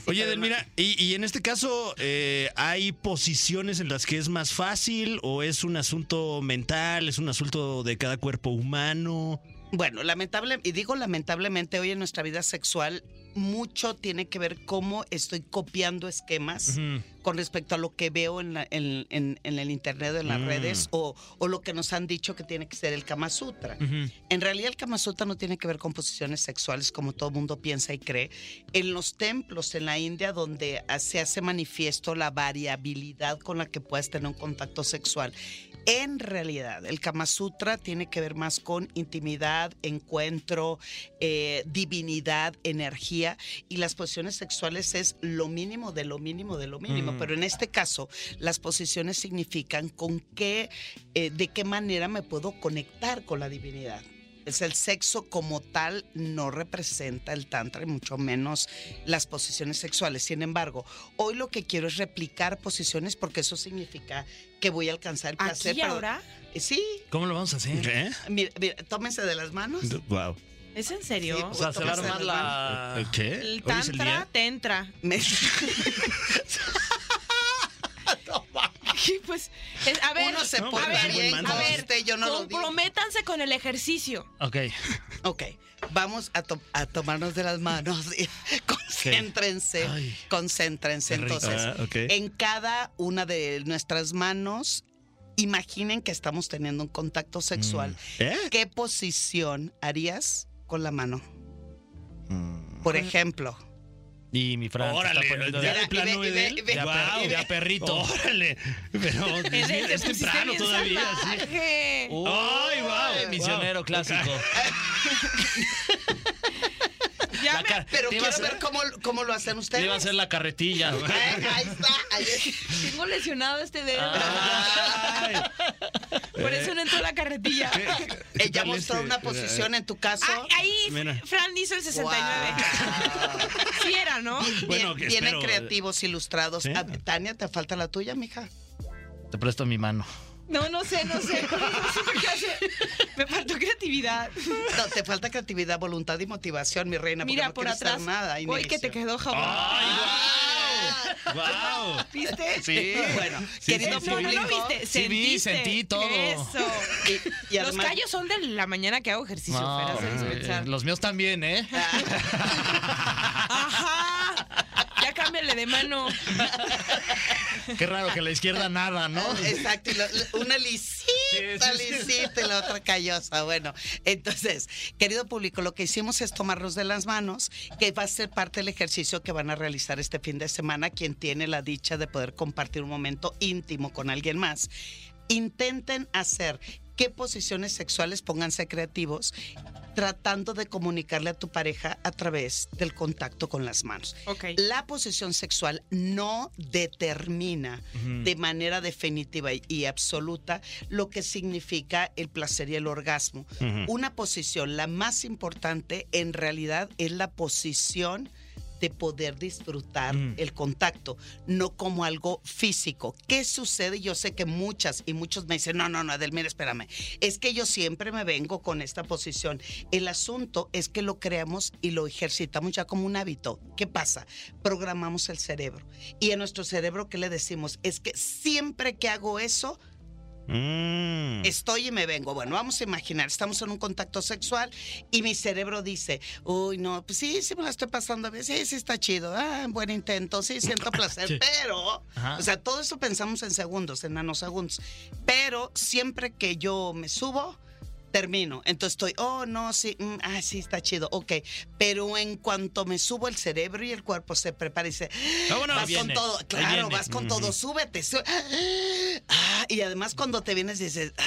C: Oye, Edelmira, y, y en este caso, eh, ¿hay posiciones en las que es más fácil o es un asunto mental, es un asunto de cada cuerpo humano?
H: Bueno, lamentable, y digo lamentablemente, hoy en nuestra vida sexual mucho tiene que ver cómo estoy copiando esquemas con respecto a lo que veo en, la- en- en- en el internet, en las redes, o, o lo que nos han dicho que tiene que ser el Kama Sutra. En realidad el Kama Sutra no tiene que ver con posiciones sexuales como todo mundo piensa y cree. En los templos en la India donde ah, se hace manifiesto la variabilidad con la que puedes tener un contacto sexual. En realidad, el Kama Sutra tiene que ver más con intimidad, encuentro, eh, divinidad, energía y las posiciones sexuales es lo mínimo de lo mínimo de lo mínimo. Pero en este caso, las posiciones significan con qué, eh, de qué manera me puedo conectar con la divinidad. Es el sexo como tal no representa el tantra y mucho menos las posiciones sexuales. Sin embargo, hoy lo que quiero es replicar posiciones porque eso significa que voy a alcanzar el
A: Aquí
H: placer.
A: y
H: pero-
A: ahora,
H: Eh, Sí,
B: ¿Cómo lo vamos a hacer?
C: ¿Eh?
H: mira, mira, tómense de las manos.
C: Wow.
A: ¿es en
H: Sí, pues, ¿eh?
A: serio?
B: O sea, se va a
H: tómense de
B: armar
H: las manos.
B: la.
A: el
C: ¿Qué? ¿Hoy es el
A: tantra
C: día?
A: te entra.
H: Me-
A: Y pues, es- a ver,
H: Uno se
A: a
H: pone
A: ver,
H: bien
A: a
H: manso.
A: ver,
H: Este, yo no lo dije.
A: comprométanse con el ejercicio.
B: Ok.
H: Ok, vamos a, to- a tomarnos de las manos. y concéntrense,
B: Ay.
H: concéntrense.
B: Qué rico.
H: Entonces,
C: Ah, ok.
H: en cada una de nuestras manos, imaginen que estamos teniendo un contacto sexual.
C: ¿Eh?
H: ¿Qué posición harías con la mano? Por ejemplo,
B: Y mi Fran. se está
C: Órale,
B: poniendo
C: ya
B: de-
C: de
H: Mira, y
C: plano,
H: ve- y ve- y
C: Edel.
H: ve-
B: Ya,
C: Guau.
B: per- ya perrito.
C: Órale. Pero es,
A: Ed, te
C: es
A: pusiste
C: temprano
A: bien
C: todavía. sí.
A: salvaje.
B: Uy,
C: Ay, guau.
B: Misionero clásico.
A: Ya
B: La
A: me-
B: ca-
H: pero
B: te iba a
H: quiero
B: hacer-
H: ver cómo, cómo lo hacen
B: te
H: ustedes.
B: iba a hacer la carretilla.
H: Eh, ahí está, ahí
A: tengo lesionado este dedo.
B: Ah, Ay.
A: Por
B: eh.
A: eso no entró la carretilla.
H: Ella
C: tal
H: mostró
C: este?
H: una posición en tu caso.
A: Ah, ahí
C: Mira.
A: Fran hizo el 69.
H: Guau.
A: Sí era, ¿no?
C: Bueno, que
H: Bien- vienen
C: espero-
H: creativos, ilustrados.
C: Sí.
H: Ah, Tania, ¿te falta la tuya, mija?
B: Te presto mi mano.
A: No, no sé, no sé. No supe qué hacer. Me faltó creatividad.
H: No, te falta creatividad, voluntad y motivación, mi reina. porque
A: Mira,
H: no
A: por
H: quieres
A: atrás.
H: hacer nada.
A: Uy, que
H: Inicio.
A: te quedó jabón.
B: ¡Wow!
A: ¿Viste?
B: Sí.
H: Bueno, querido
A: no, no
H: público.
A: lo viste.
B: Sí vi,
A: sentiste.
B: sentí todo.
A: Eso.
H: Y, y
A: Los
H: además,
A: callos son de la mañana que hago ejercicio.
B: No,
A: Fer, haces
B: eh,
A: pensar.
B: los míos también, ¿eh?
A: Ajá. Ya cámbiale de mano.
B: Qué raro que la izquierda nada, ¿no?
H: Exacto, y la- la- una lisita, lisita y la otra callosa. Bueno, entonces, querido público, lo que hicimos es tomarnos de las manos, que va a ser parte del ejercicio que van a realizar este fin de semana, quien tiene la dicha de poder compartir un momento íntimo con alguien más. Intenten hacer qué posiciones sexuales, pónganse creativos, tratando de comunicarle a tu pareja a través del contacto con las manos.
A: Ok.
H: La posición sexual no determina
C: Mm.
H: de manera definitiva y- y absoluta lo que significa el placer y el orgasmo. Una posición, la más importante en realidad es la posición de poder disfrutar el contacto, no como algo físico. ¿Qué sucede? Yo sé que muchas y muchos me dicen, no, no, no, Adelmira, espérame. Es que yo siempre me vengo con esta posición. El asunto es que lo creamos y lo ejercitamos ya como un hábito. ¿Qué pasa? Programamos el cerebro. Y a nuestro cerebro, ¿qué le decimos? Es que siempre que hago eso, Mm. estoy y me vengo. Bueno, vamos a imaginar, estamos en un contacto sexual y mi cerebro dice, uy, no, pues sí, sí me la estoy pasando bien, sí, sí está chido, ah, buen intento, sí, siento placer, pero,
B: Ajá.
C: Ah.
H: o sea, todo eso pensamos en segundos, en nanosegundos, pero siempre que yo me subo... Termino, entonces estoy, oh no, sí, mm, ah, sí, está chido, ok. Pero en cuanto me subo, el cerebro y el cuerpo se prepara y dice,
B: Vámonos.
H: vas
B: Ahí viene,
H: con todo,
B: ahí
H: claro,
B: viene.
H: vas con todo, súbete. sú- Ah, y además cuando te vienes dices, "Ah,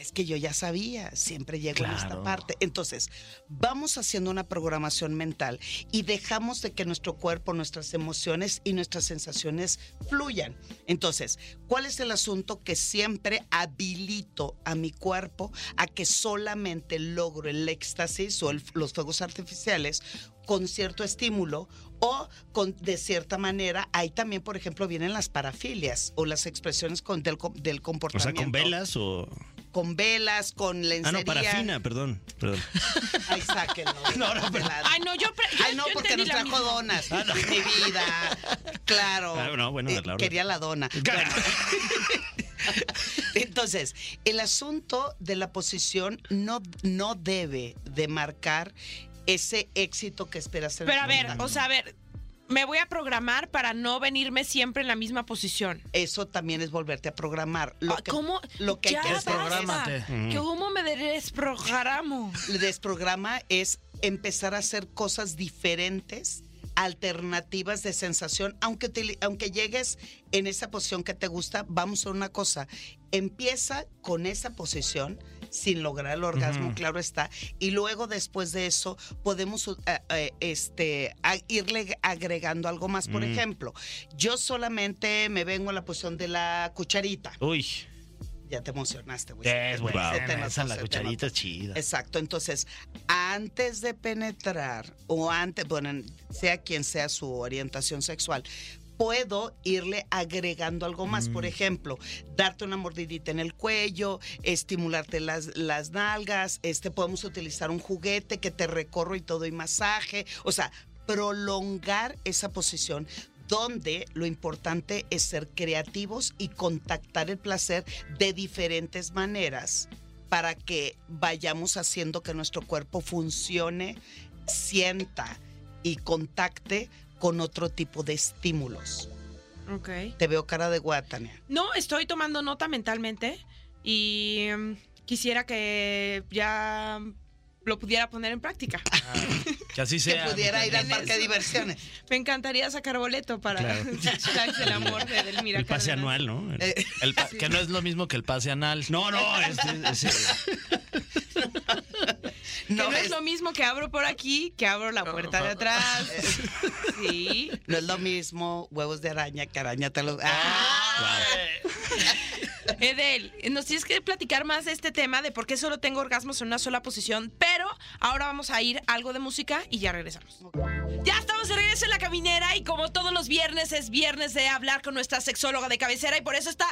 H: es que yo ya sabía, siempre llego en esta
B: Claro.
H: parte. Entonces, vamos haciendo una programación mental y dejamos de que nuestro cuerpo, nuestras emociones y nuestras sensaciones fluyan. Entonces, ¿cuál es el asunto que siempre habilito a mi cuerpo a que solamente logro el éxtasis o el- los fuegos artificiales con cierto estímulo o con, de cierta manera. Ahí también, por ejemplo, vienen las parafilias o las expresiones con, del, com- del
I: O
H: comportamiento.
I: sea, con velas o.
H: Con velas, con lencería.
I: Ah, no, parafina, perdón. perdón.
H: Ay, sáquenlo.
I: No, no, pero-
A: Ay, no, yo. pre- yo-
H: Ay, no,
A: yo
H: porque nos
A: entendí la
H: trajo
A: misma.
H: donas. Mi vida. Claro. Eh,
I: Ah, no, bueno, la hora.
H: Quería la dona. Bueno. Entonces, el asunto de la posición no, no debe de marcar ese éxito que esperas en
A: Pero
H: el
A: a ver,
H: contacto.
A: o sea, a ver, me voy a programar para no venirme siempre en la misma posición.
H: Eso también es volverte a programar. Lo
A: Ah,
H: que,
A: ¿Cómo?
H: Lo que hay
A: ya
H: que hacer es-
C: desprográmate.
A: basta. Que cómo me desprogramo.
H: el desprograma es empezar a hacer cosas diferentes, alternativas de sensación, aunque, te- aunque llegues en esa posición que te gusta, vamos a una cosa, empieza con esa posición sin lograr el orgasmo, claro está, y luego después de eso podemos uh, eh, este, a- irle agregando algo más,
C: Mm.
H: por ejemplo, yo solamente me vengo a la posición de la cucharita,
C: Uy,
H: ya te emocionaste, güey.
C: es buena.
H: Se te notó,
C: Esa
H: se
C: la
H: te
C: cucharita
H: notó.
C: es chida.
H: Exacto, entonces, antes de penetrar o antes, bueno, sea quien sea su orientación sexual, puedo irle agregando algo más, por ejemplo, darte una mordidita en el cuello, estimularte las, las nalgas, este, podemos utilizar un juguete que te recorro y todo y masaje, o sea, prolongar esa posición donde lo importante es ser creativos y contactar el placer de diferentes maneras para que vayamos haciendo que nuestro cuerpo funcione, sienta y contacte con otro tipo de estímulos.
A: Ok.
H: Te veo cara de guatania.
A: No, estoy tomando nota mentalmente y mm, quisiera que ya lo pudiera poner en práctica.
C: Que así
H: Que
C: sea.
H: pudiera ir al
A: Tienes-
H: parque de diversiones.
A: Me encantaría sacar boleto para el hashtag del amor de Delmira
I: El pase
A: Cárdenas.
I: anual, ¿no? El-
H: Eh,
C: El pa- que no es lo mismo que el pase anal.
I: No, no, es, es- es-
A: Que no,
H: no,
A: es,
H: es-
A: lo mismo que abro por aquí que abro la puerta de atrás. Sí.
H: no es lo mismo huevos de araña que araña te los...
A: Ah. Edel, nos tienes que platicar más de este tema de por qué solo tengo orgasmos en una sola posición, pero ahora vamos a ir algo de música y ya regresamos. Ya estamos de regreso en la caminera y como todos los viernes es viernes de hablar con nuestra sexóloga de cabecera y por eso está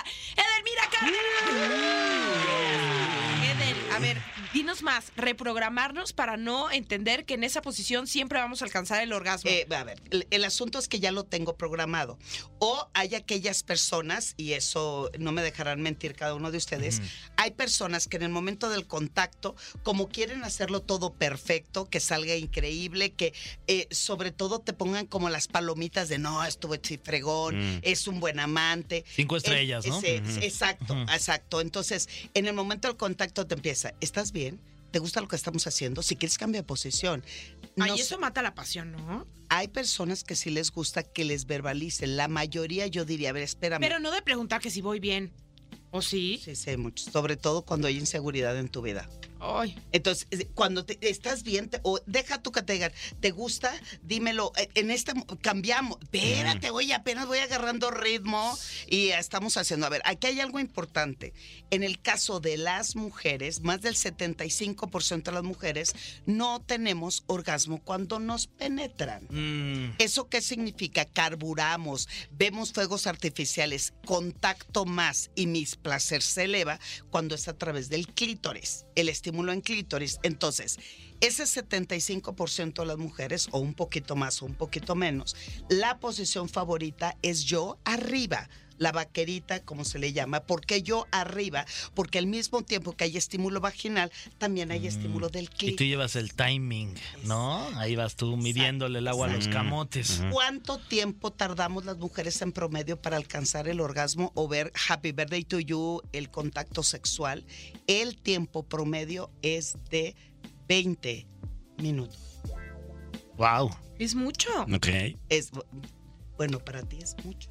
A: Edelmira Cárdenas. Edel, a ver, dinos más, reprogramarnos para no entender que en esa posición siempre vamos a alcanzar el orgasmo.
H: Eh, a ver, el, el asunto es que ya lo tengo programado. O hay aquellas personas, y eso no me dejarán mentir cada uno de ustedes, hay personas que en el momento del contacto, como quieren hacerlo todo perfecto, que salga increíble, que eh, sobre todo te pongan como las palomitas de no, estuvo chifregón, es un buen amante.
C: Cinco Mm. estrellas,
H: Eh,
C: ¿no?
H: ese- Exacto, exacto. Entonces, en el momento del contacto te empieza, ¿estás bien? ¿Te gusta lo que estamos haciendo? Si quieres, cambia de posición.
A: Ay,
H: No
A: eso mata la pasión, ¿no?
H: hay personas que sí les gusta que les verbalicen. La mayoría yo diría, a ver, espérame.
A: Pero no de preguntar que si voy bien. ¿O sí?
H: Sí, sí, hay muchos. Sobre todo cuando hay inseguridad en tu vida.
A: Ay.
H: Entonces, es- cuando te- estás bien, te- o deja tú que te digan, ¿te gusta? Dímelo. Eh, En esta mo- cambiamos. Espérate, oye, apenas voy agarrando ritmo y ya estamos haciendo. A ver, aquí hay algo importante. En el caso de las mujeres, más del 75% de las mujeres no tenemos orgasmo cuando nos penetran. ¿Eso qué significa? Carburamos, vemos fuegos artificiales, contacto más y mi placer se eleva cuando es a través del clítoris, el estímulo en clítoris. Entonces, ese 75% de las mujeres, o un poquito más o un poquito menos, la posición favorita es yo arriba. La vaquerita, como se le llama, porque yo arriba, porque al mismo tiempo que hay estímulo vaginal, también hay estímulo del
C: Mm. Y tú
H: clítoris.
C: llevas el timing, ¿no? Ahí vas tú midiéndole el agua a
J: Mm,
C: los camotes.
H: ¿Cuánto tiempo tardamos las mujeres en promedio para alcanzar el orgasmo o ver Happy Birthday to You, el contacto sexual? El tiempo promedio es de 20 minutos.
C: Wow.
A: Es mucho.
I: Ok.
H: Es bueno, para ti es mucho.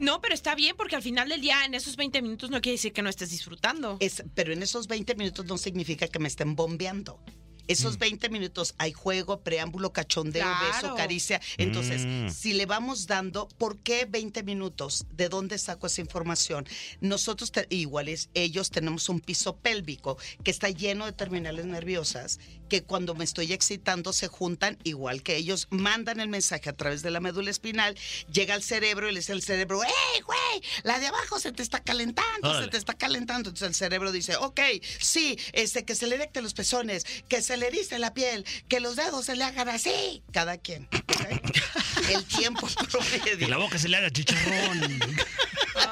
A: No, pero está bien porque al final del día, en esos 20 minutos, no quiere decir que no estés disfrutando.
H: Es, pero en esos 20 minutos no significa que me estén bombeando. Esos 20 minutos hay juego, preámbulo, cachondeo, beso,
A: Claro.
H: caricia. Entonces,
J: Mm.
H: si le vamos dando, ¿por qué 20 minutos? ¿De dónde saco esa información? Nosotros, te- iguales, ellos tenemos un piso pélvico que está lleno de terminales nerviosas que cuando me estoy excitando se juntan igual que ellos, mandan el mensaje a través de la médula espinal, llega al cerebro y le dice al cerebro, ¡Ey, güey! La de abajo se te está calentando,
K: Órale.
H: se te está calentando. Entonces el cerebro dice, ok, sí, este, que se le erecten los pezones, que se le erice la piel, que los dedos se le hagan así. Cada quien. ¿ok? El tiempo promedio.
K: Que la boca se le haga chicharrón.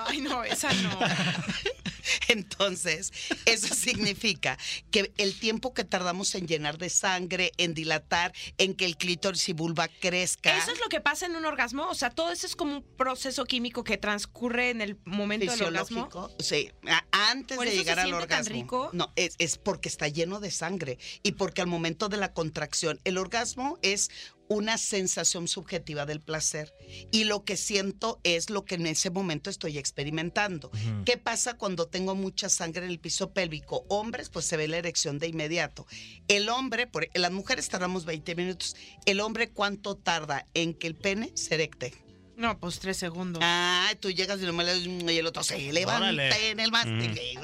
A: Ay, no, esa no.
H: Entonces, eso significa que el tiempo que tardamos en llenar de sangre, en dilatar, en que el clítoris y vulva crezca.
F: ¿Eso es lo que pasa en un orgasmo? O sea, todo eso es como un proceso químico que transcurre en el momento del orgasmo.
H: fisiológico, sí, a- antes
F: ¿Por
H: de
F: eso se
H: llegar al
F: siente tan
H: orgasmo.
F: rico?
H: No, es, es porque está lleno de sangre y porque al momento de la contracción, el orgasmo es una sensación subjetiva del placer y lo que siento es lo que en ese momento estoy experimentando. ¿Qué pasa cuando tengo mucha sangre en el piso pélvico? Hombres, pues se ve la erección de inmediato. El hombre, por, las mujeres tardamos 20 minutos. ¿El hombre cuánto tarda en que el pene se erecte?
A: No, pues tres segundos.
H: Ah, tú llegas y no me le mm, y el otro se levanta
K: Órale.
H: en el más.
A: Sí.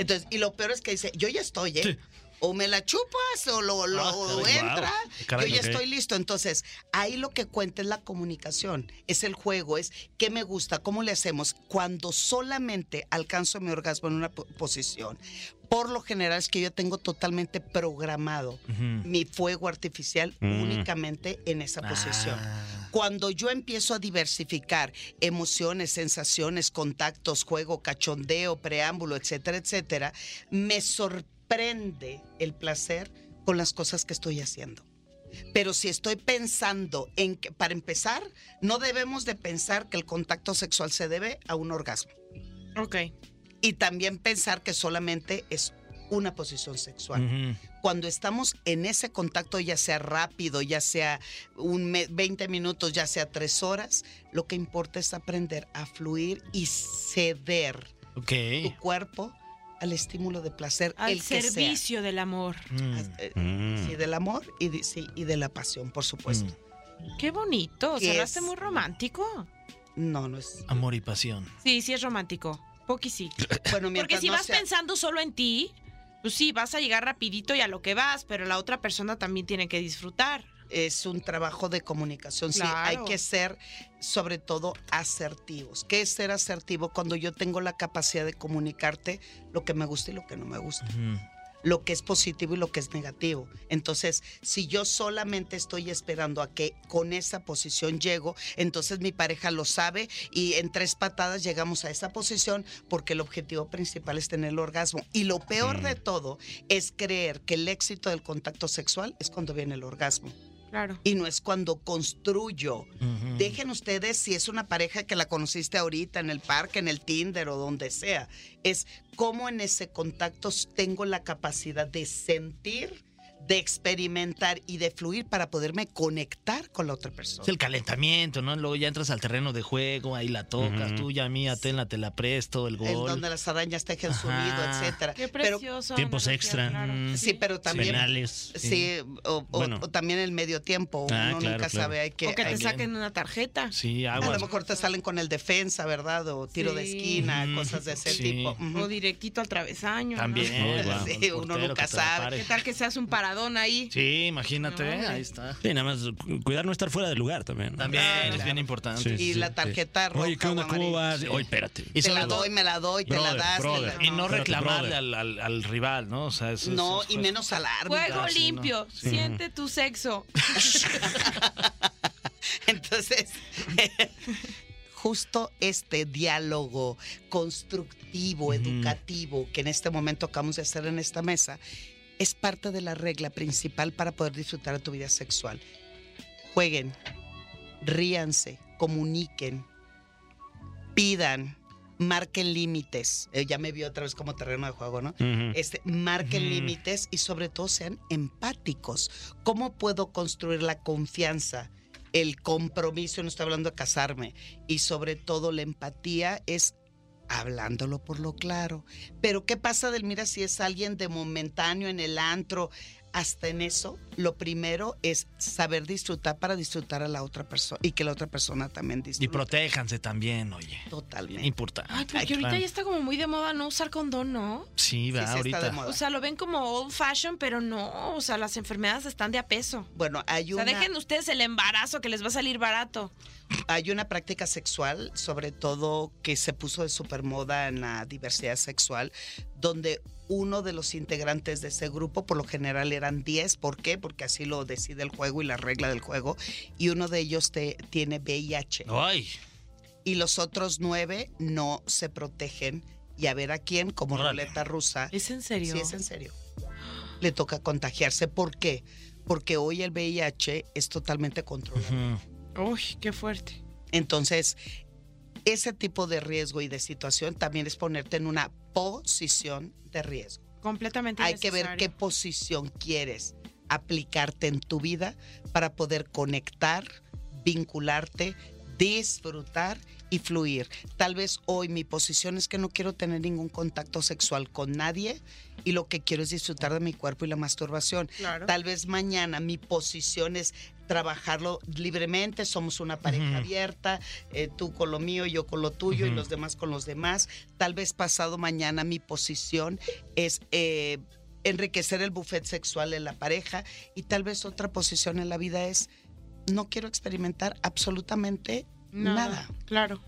H: Entonces, y lo peor es que dice, yo ya estoy, ¿eh? O me la chupas o lo, lo-
K: Ah,
H: o
K: caray,
H: entra.
K: wow. Caray,
H: yo ya
K: ok.
H: estoy listo. Entonces, ahí lo que cuenta es la comunicación, es el juego, es qué me gusta, cómo le hacemos. Cuando solamente alcanzo mi orgasmo en una po- posición, por lo general es que yo tengo totalmente programado mi fuego artificial
K: Mm.
H: únicamente en esa posición.
K: Ah.
H: Cuando yo empiezo a diversificar emociones, sensaciones, contactos, juego, cachondeo, preámbulo, etcétera, etcétera, me sorprende el placer con las cosas que estoy haciendo. Pero si estoy pensando en que, para empezar, no debemos de pensar que el contacto sexual se debe a un orgasmo.
A: Ok.
H: Y también pensar que solamente es una posición sexual cuando estamos en ese contacto, ya sea rápido, ya sea un me- 20 minutos, ya sea tres horas, lo que importa es aprender a fluir y ceder
K: Ok.
H: tu cuerpo al estímulo de placer,
F: Al
H: el que sea.
F: servicio del amor.
K: Mm.
H: As- eh,
J: Mm.
H: Sí, del amor y de, sí, y de la pasión, por
J: Pues,
C: Mm.
H: supuesto.
F: Qué bonito.
H: ¿Qué
F: Se hace
H: es?
F: muy romántico.
H: No, no es.
K: Amor y pasión.
F: Sí, sí es romántico. Poqui sí.
H: Bueno,
F: Porque
H: mientras
F: si
H: no
F: vas
H: sea-
F: pensando solo en ti, pues sí, vas a llegar rapidito y a lo que vas, pero la otra persona también tiene que disfrutar.
H: es un trabajo de comunicación. Sí,
F: Claro.
H: hay que ser, sobre todo, asertivos. ¿Qué es ser asertivo? Cuando yo tengo la capacidad de comunicarte lo que me gusta y lo que no me gusta. Lo que es positivo y lo que es negativo. Entonces, si yo solamente estoy esperando a que con esa posición llego, entonces mi pareja lo sabe y en tres patadas llegamos a esa posición porque el objetivo principal es tener el orgasmo. Y lo peor de todo es creer que el éxito del contacto sexual es cuando viene el orgasmo
F: Claro.
H: y no es cuando construyo.
C: Mm.
H: Dejen ustedes si es una pareja que la conociste ahorita en el parque, en el Tinder o donde sea. Es cómo en ese contacto s- tengo la capacidad de sentir, de experimentar y de fluir para poderme conectar con la otra persona.
K: Es el calentamiento, ¿no? Luego ya entras al terreno de juego, ahí la tocas, tú ya mía, tenla, te la presto, el
H: En
K: gol.
H: donde las arañas tejen su nido,
K: Ajá.
H: etcétera.
F: Qué
H: Pero
F: precioso.
J: tiempos extra.
K: Mm.
H: sí, pero también
J: Penales.
H: sí, o, o-
J: Bueno.
H: o también el medio tiempo,
J: Ah,
H: uno
J: claro,
H: nunca
J: claro.
H: sabe hay que
F: o que
H: hay
F: te
H: que-
F: saquen una tarjeta.
K: Sí,
H: A
K: agua.
H: lo mejor te salen con el defensa, ¿verdad? O tiro de
F: Sí.
H: esquina,
K: Ujú.
H: cosas de ese
K: Sí.
H: tipo.
F: O
H: Ujú.
F: directito al travesaño. ¿no?
K: También.
J: Uy, guau.
H: Sí,
K: el portero
H: uno
K: que
H: nunca
K: te la
H: sabe.
K: pare.
F: ¿Qué tal que seas un paradón ahí?
K: Sí, imagínate,
F: No, hombre.
K: ahí está.
J: Sí, nada más cu- cuidar no estar fuera de lugar también. ¿no?
K: También
H: Claro.
K: es bien importante.
J: Sí,
H: Y
J: sí,
H: la
J: sí.
H: tarjeta roja
J: Oye, ¿qué onda?
H: o
J: ¿Cómo
H: amarilla.
J: vas? Oye, espérate.
K: Y
H: Te
K: sobre
H: la
K: todo-
H: doy, me la doy, te la
J: Brother,
H: das. te la-
J: brother.
K: Y no
J: Espérate,
K: reclamarle
J: brother.
K: al, al- al rival, ¿no? O sea, eso-
H: No,
K: eso-
H: y menos al árbitro.
F: Juego
K: sí,
F: limpio. Siente tu sexo.
H: Entonces, justo este diálogo constructivo, educativo, que en este momento acabamos de hacer en esta mesa, es parte de la regla principal para poder disfrutar de tu vida sexual. Jueguen, ríanse, comuniquen, pidan, marquen límites. Eh, ya me vio otra vez como terreno de juego, ¿no?
J: Ujú.
H: Este, marquen
K: Ujú.
H: límites y sobre todo sean empáticos. ¿Cómo puedo construir la confianza? El compromiso, no estoy hablando de casarme, y sobre todo la empatía es hablándolo por lo claro. Pero ¿qué pasa del mira si es alguien de momentáneo en el antro? hasta en eso, lo primero es saber disfrutar para disfrutar a la otra persona y que la otra persona también
B: Y
H: disfrute.
B: protéjanse también, oye.
H: Totalmente.
B: Importante.
A: Ay, porque ahorita
B: Claro.
A: ya está como muy de moda no usar condón, ¿no?
B: Sí, va,
H: Sí, sí está de
B: ahorita.
H: moda.
A: O sea, lo ven como old fashion, pero no. O sea, las enfermedades están de a peso.
H: Bueno, hay
A: O sea,
H: una,
A: dejen ustedes el embarazo que les va a salir barato.
H: hay una práctica sexual, sobre todo que se puso de supermoda en la diversidad sexual, donde uno de los integrantes de ese grupo, por lo general eran 10, ¿por qué? Porque así lo decide el juego y la regla del juego, y uno de ellos te, tiene VIH.
B: Ay,
H: y los otros nueve no se protegen y a ver a quién como
B: Órale.
H: ruleta rusa.
A: ¿Es en serio?
H: Sí, es en serio. Le toca contagiarse. ¿Por qué? Porque hoy el VIH es totalmente controlado.
L: Uy, qué fuerte.
H: Entonces, ese tipo de riesgo y de situación también es ponerte en una posición de riesgo.
L: Completamente
H: Hay que ver qué
L: innecesario.
H: posición quieres aplicarte en tu vida para poder conectar, vincularte, disfrutar y fluir. Tal vez hoy mi posición es que no quiero tener ningún contacto sexual con nadie y lo que quiero es disfrutar de mi cuerpo y la masturbación.
L: Claro.
H: Tal vez mañana mi posición es trabajarlo libremente, somos una pareja abierta, eh, tú con lo mío, yo con lo tuyo y los demás con los demás. Tal vez pasado mañana mi posición es eh, enriquecer el buffet sexual en la pareja y tal vez otra posición en la vida es no quiero experimentar absolutamente nada
L: Claro.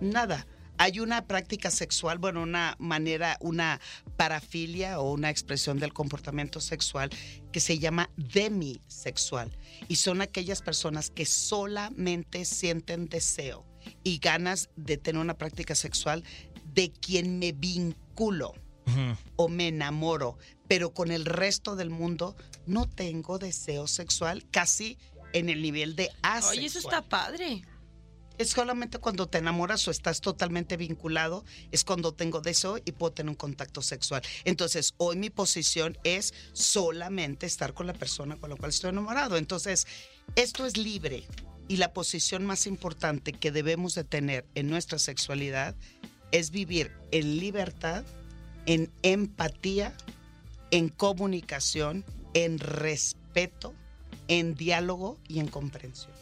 H: nada. Hay una práctica sexual, bueno, una manera, una parafilia o una expresión del comportamiento sexual que se llama demisexual. Y son aquellas personas que solamente sienten deseo y ganas de tener una práctica sexual de quien me vinculo o me enamoro, pero con el resto del mundo no tengo deseo sexual casi en el nivel de asexual.
A: Oye, eso está padre.
H: Es solamente cuando te enamoras o estás totalmente vinculado, es cuando tengo deseo y puedo tener un contacto sexual. Entonces, hoy mi posición es solamente estar con la persona con la cual estoy enamorado. Entonces, esto es libre y la posición más importante que debemos de tener en nuestra sexualidad es vivir en libertad, en empatía, en comunicación, en respeto, en diálogo y en comprensión.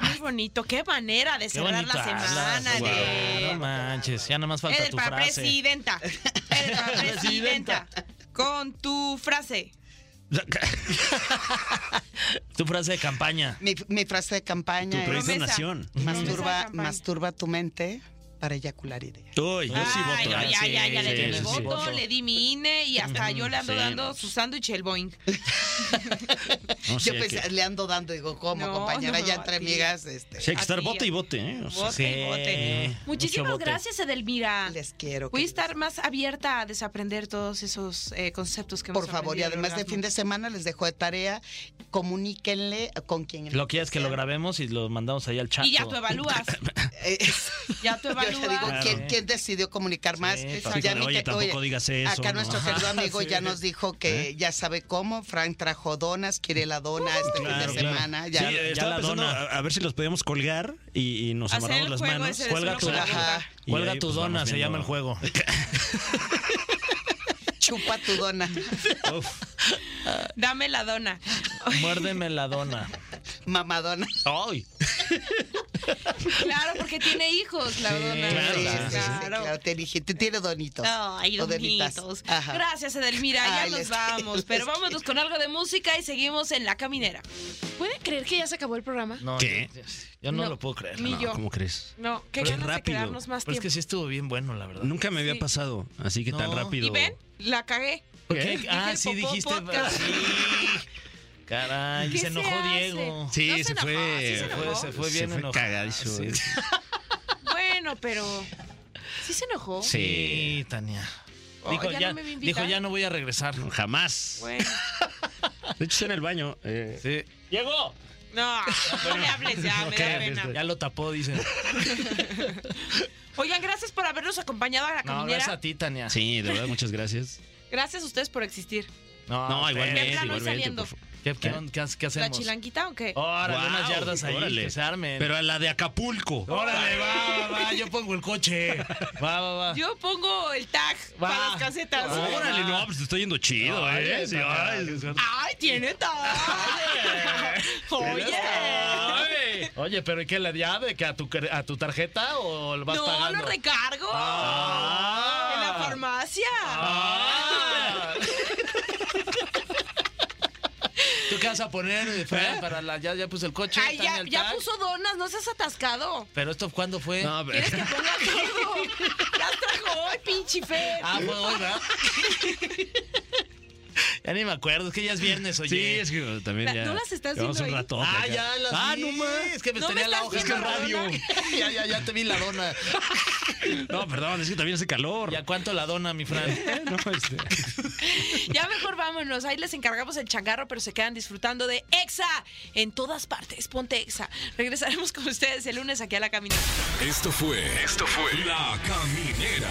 A: Ay, muy bonito. Qué manera de
B: qué
A: cerrar
B: bonita.
A: la semana.
H: Ah,
B: hablas,
A: de-
B: güey. No manches, ya nada más falta
A: Eres
B: tu
A: para
B: frase.
A: presidenta. Eres para presidenta. Con tu frase.
B: Tu frase de campaña.
H: Mi, mi frase de campaña
C: Tu
H: es...
C: promesa
A: promesa.
C: nación.
L: Promesa de
H: Masturba,
L: campaña.
H: masturba tu mente para eyacular ideas.
C: Uy, yo sí
A: Ay,
C: voto.
A: no,
C: ¿eh?
A: ya, ya, ya
B: Sí,
A: le di
C: sí,
A: mi
C: sí, sí.
A: voto, le di mi INE y hasta yo le ando
M: Sí,
A: dando
M: no.
A: su sándwich y el Boeing.
M: No, sí
H: Yo
M: hay
H: pensé,
M: que-
H: le ando dando, digo, como
A: No,
H: compañera,
A: no,
H: ya
A: a
H: entre
A: ti.
H: amigas, este,
C: sí hay que estar
A: Así ya.
C: bote y bote, ¿eh? O sea,
A: Vote y vote.
B: Sí,
A: Muchísimas
B: mucho bote.
A: gracias, Edelmira.
H: les quiero.
A: Ah, Voy a
H: queridos.
A: estar más abierta a desaprender todos esos eh, conceptos que hemos
H: Por favor, y
A: aprendido del
H: además de
A: orgasmo.
H: fin de semana les dejo de tarea, comuníquenle con quien...
B: Lo que es que lo
H: sea.
B: grabemos y lo mandamos ahí al chat.
A: Y ya tú evalúas.
H: Eh,
A: Ya tú
H: Yo ya
A: evalúas.
H: digo, ¿quién,
B: Claro.
H: quién decidió comunicar más?
B: Sí,
C: así
H: Ya
C: como,
H: ni
C: oye,
H: te-
C: tampoco
H: oye,
C: digas eso.
H: Acá
C: ¿no?
H: nuestro querido amigo ya nos dijo que ya sabe cómo. Frank trajo donas, quiere la dona este
C: Claro,
H: fin de
C: claro.
H: semana.
C: Sí,
H: Ya,
B: ya
C: estaba
B: la
C: pensando
B: dona.
C: A, a ver si los podíamos colgar y, y nos
A: Hacer
C: amarramos
A: el
C: las
A: juego
C: manos.
A: ese de
B: Cuelga
A: solo
B: tu,
A: con la boca.
H: Ajá.
C: Y
B: cuelga
C: ahí,
B: tu
C: pues,
B: dona,
C: vamos
B: se llama el
C: viendo.
B: juego.
H: chupa tu dona.
C: Uf.
A: Dame la dona.
B: Muérdeme la dona.
H: Mamadona.
B: ¡Ay!
A: Claro, porque tiene hijos la
B: Sí,
A: dona.
B: claro,
H: Sí, sí,
B: claro.
H: sí, sí, claro, te dije, te tiene donitos.
A: Ay,
H: O donitas.
A: donitos.
H: Ajá.
A: Gracias, Edelmira. Ya
H: Ay,
A: nos
H: les-
A: vamos.
H: les
A: Pero vámonos con algo de música y seguimos en La Caminera.
L: ¿Pueden creer que ya se acabó el programa?
B: No,
C: ¿Qué?
B: Yo, yo no,
L: No,
B: lo puedo creer.
L: Ni
B: no.
L: yo.
C: ¿Cómo crees?
L: No, qué
C: Qué
L: ganas de
C: rápido.
L: quedarnos más
B: Pero es
L: tiempo.
B: que sí estuvo bien bueno, la verdad.
C: Nunca me había
A: Sí.
C: pasado, así que tan
B: No.
C: rápido.
A: ¿Y ven? La cagué.
B: ¿Por
C: ¿Qué?
B: qué?
A: Dije
B: Ah,
A: el
B: sí
A: popó
B: dijiste. ah,
A: podcast.
B: Sí. Caray,
A: ¿Qué
B: se enojó
A: hace?
B: Diego.
C: Sí,
A: No se
C: se,
A: enojó,
C: fue,
A: sí se
B: Se fue,
A: enojó.
B: se fue bien
C: se fue
B: enojado.
C: cagadizo.
B: Sí,
C: Sí.
L: Bueno, pero sí se enojó.
B: Sí, Tania.
A: Oh,
B: Dijo
A: ya
B: ya,
A: no me va a invitar.
B: dijo, ya no voy a regresar.
C: Jamás.
A: Bueno.
C: De hecho, está en el baño. eh.
B: Sí. ¡Diego!
A: No, no le hables ya, me da pena.
B: Ya lo tapó, dicen.
A: Oigan, gracias por habernos acompañado a la
B: No,
A: caminera.
B: gracias
A: gracias,
B: a ti, Tania.
C: Sí, de verdad, muchas gracias.
A: a ustedes por existir.
C: No,
B: espera.
C: igualmente,
A: plano y
C: igualmente.
A: saliendo.
C: por favor.
B: ¿Qué, qué, qué, qué
A: ¿La
B: hacemos? Oh.
A: chilanguita o qué?
B: Órale,
C: Guau,
B: unas yardas ahí,
C: órale.
B: que se armen.
C: Pero a la de Acapulco.
B: Órale, va, va, va, yo pongo el coche. Va, va, va.
A: Yo pongo el tag
B: Va. Ah,
A: para las casetas.
C: Órale, no, pues te está yendo chido,
B: Ay,
C: ¿eh?
B: está
C: Sí,
B: padre,
C: ay,
B: qué suerte.
A: ¡Ay, tiene tag! ¡Oye!
B: Ay. Oye, pero ¿y qué le llave? ¿Que a tu, cre- a tu tarjeta o lo vas
A: No,
B: pagando?
A: lo recargo.
B: Ah.
A: En la farmacia.
B: Ah. ¿Tú qué vas a poner, eh, Fran, para la ya, ya puso el coche?
A: Ay,
B: Tania,
A: ya,
B: el
A: ya
B: tag?
A: puso donas, no seas atascado.
B: Pero esto cuándo fue?
C: No, pero-
A: Ah, Quieres que ponga todo. Las trajo hoy, pinche Fer.
B: Ah, fue hoy, ¿verdad? ya ni me acuerdo, es que ya es viernes, oye.
C: Sí, es que también
A: La-
C: ya.
A: ¿no las estás
C: llevamos
A: viendo
C: un
A: ahí?
C: ratote
B: Ah,
C: acá.
B: ya las
C: Ah,
B: vi.
C: no más.
B: Es que me
A: No me
B: tenía la
A: estás
B: hoja.
A: viendo la dona.
B: ya, ya, ya te vi la dona.
C: No, perdón, es que también hace calor.
B: ¿Ya cuánto la dona, mi Fran?
C: No, este,
A: Ya mejor vámonos. Ahí les encargamos el changarro, pero se quedan disfrutando de EXA en todas partes. Ponte EXA. Regresaremos con ustedes el lunes aquí a la caminata.
E: Esto fue. Esto fue. La Caminera.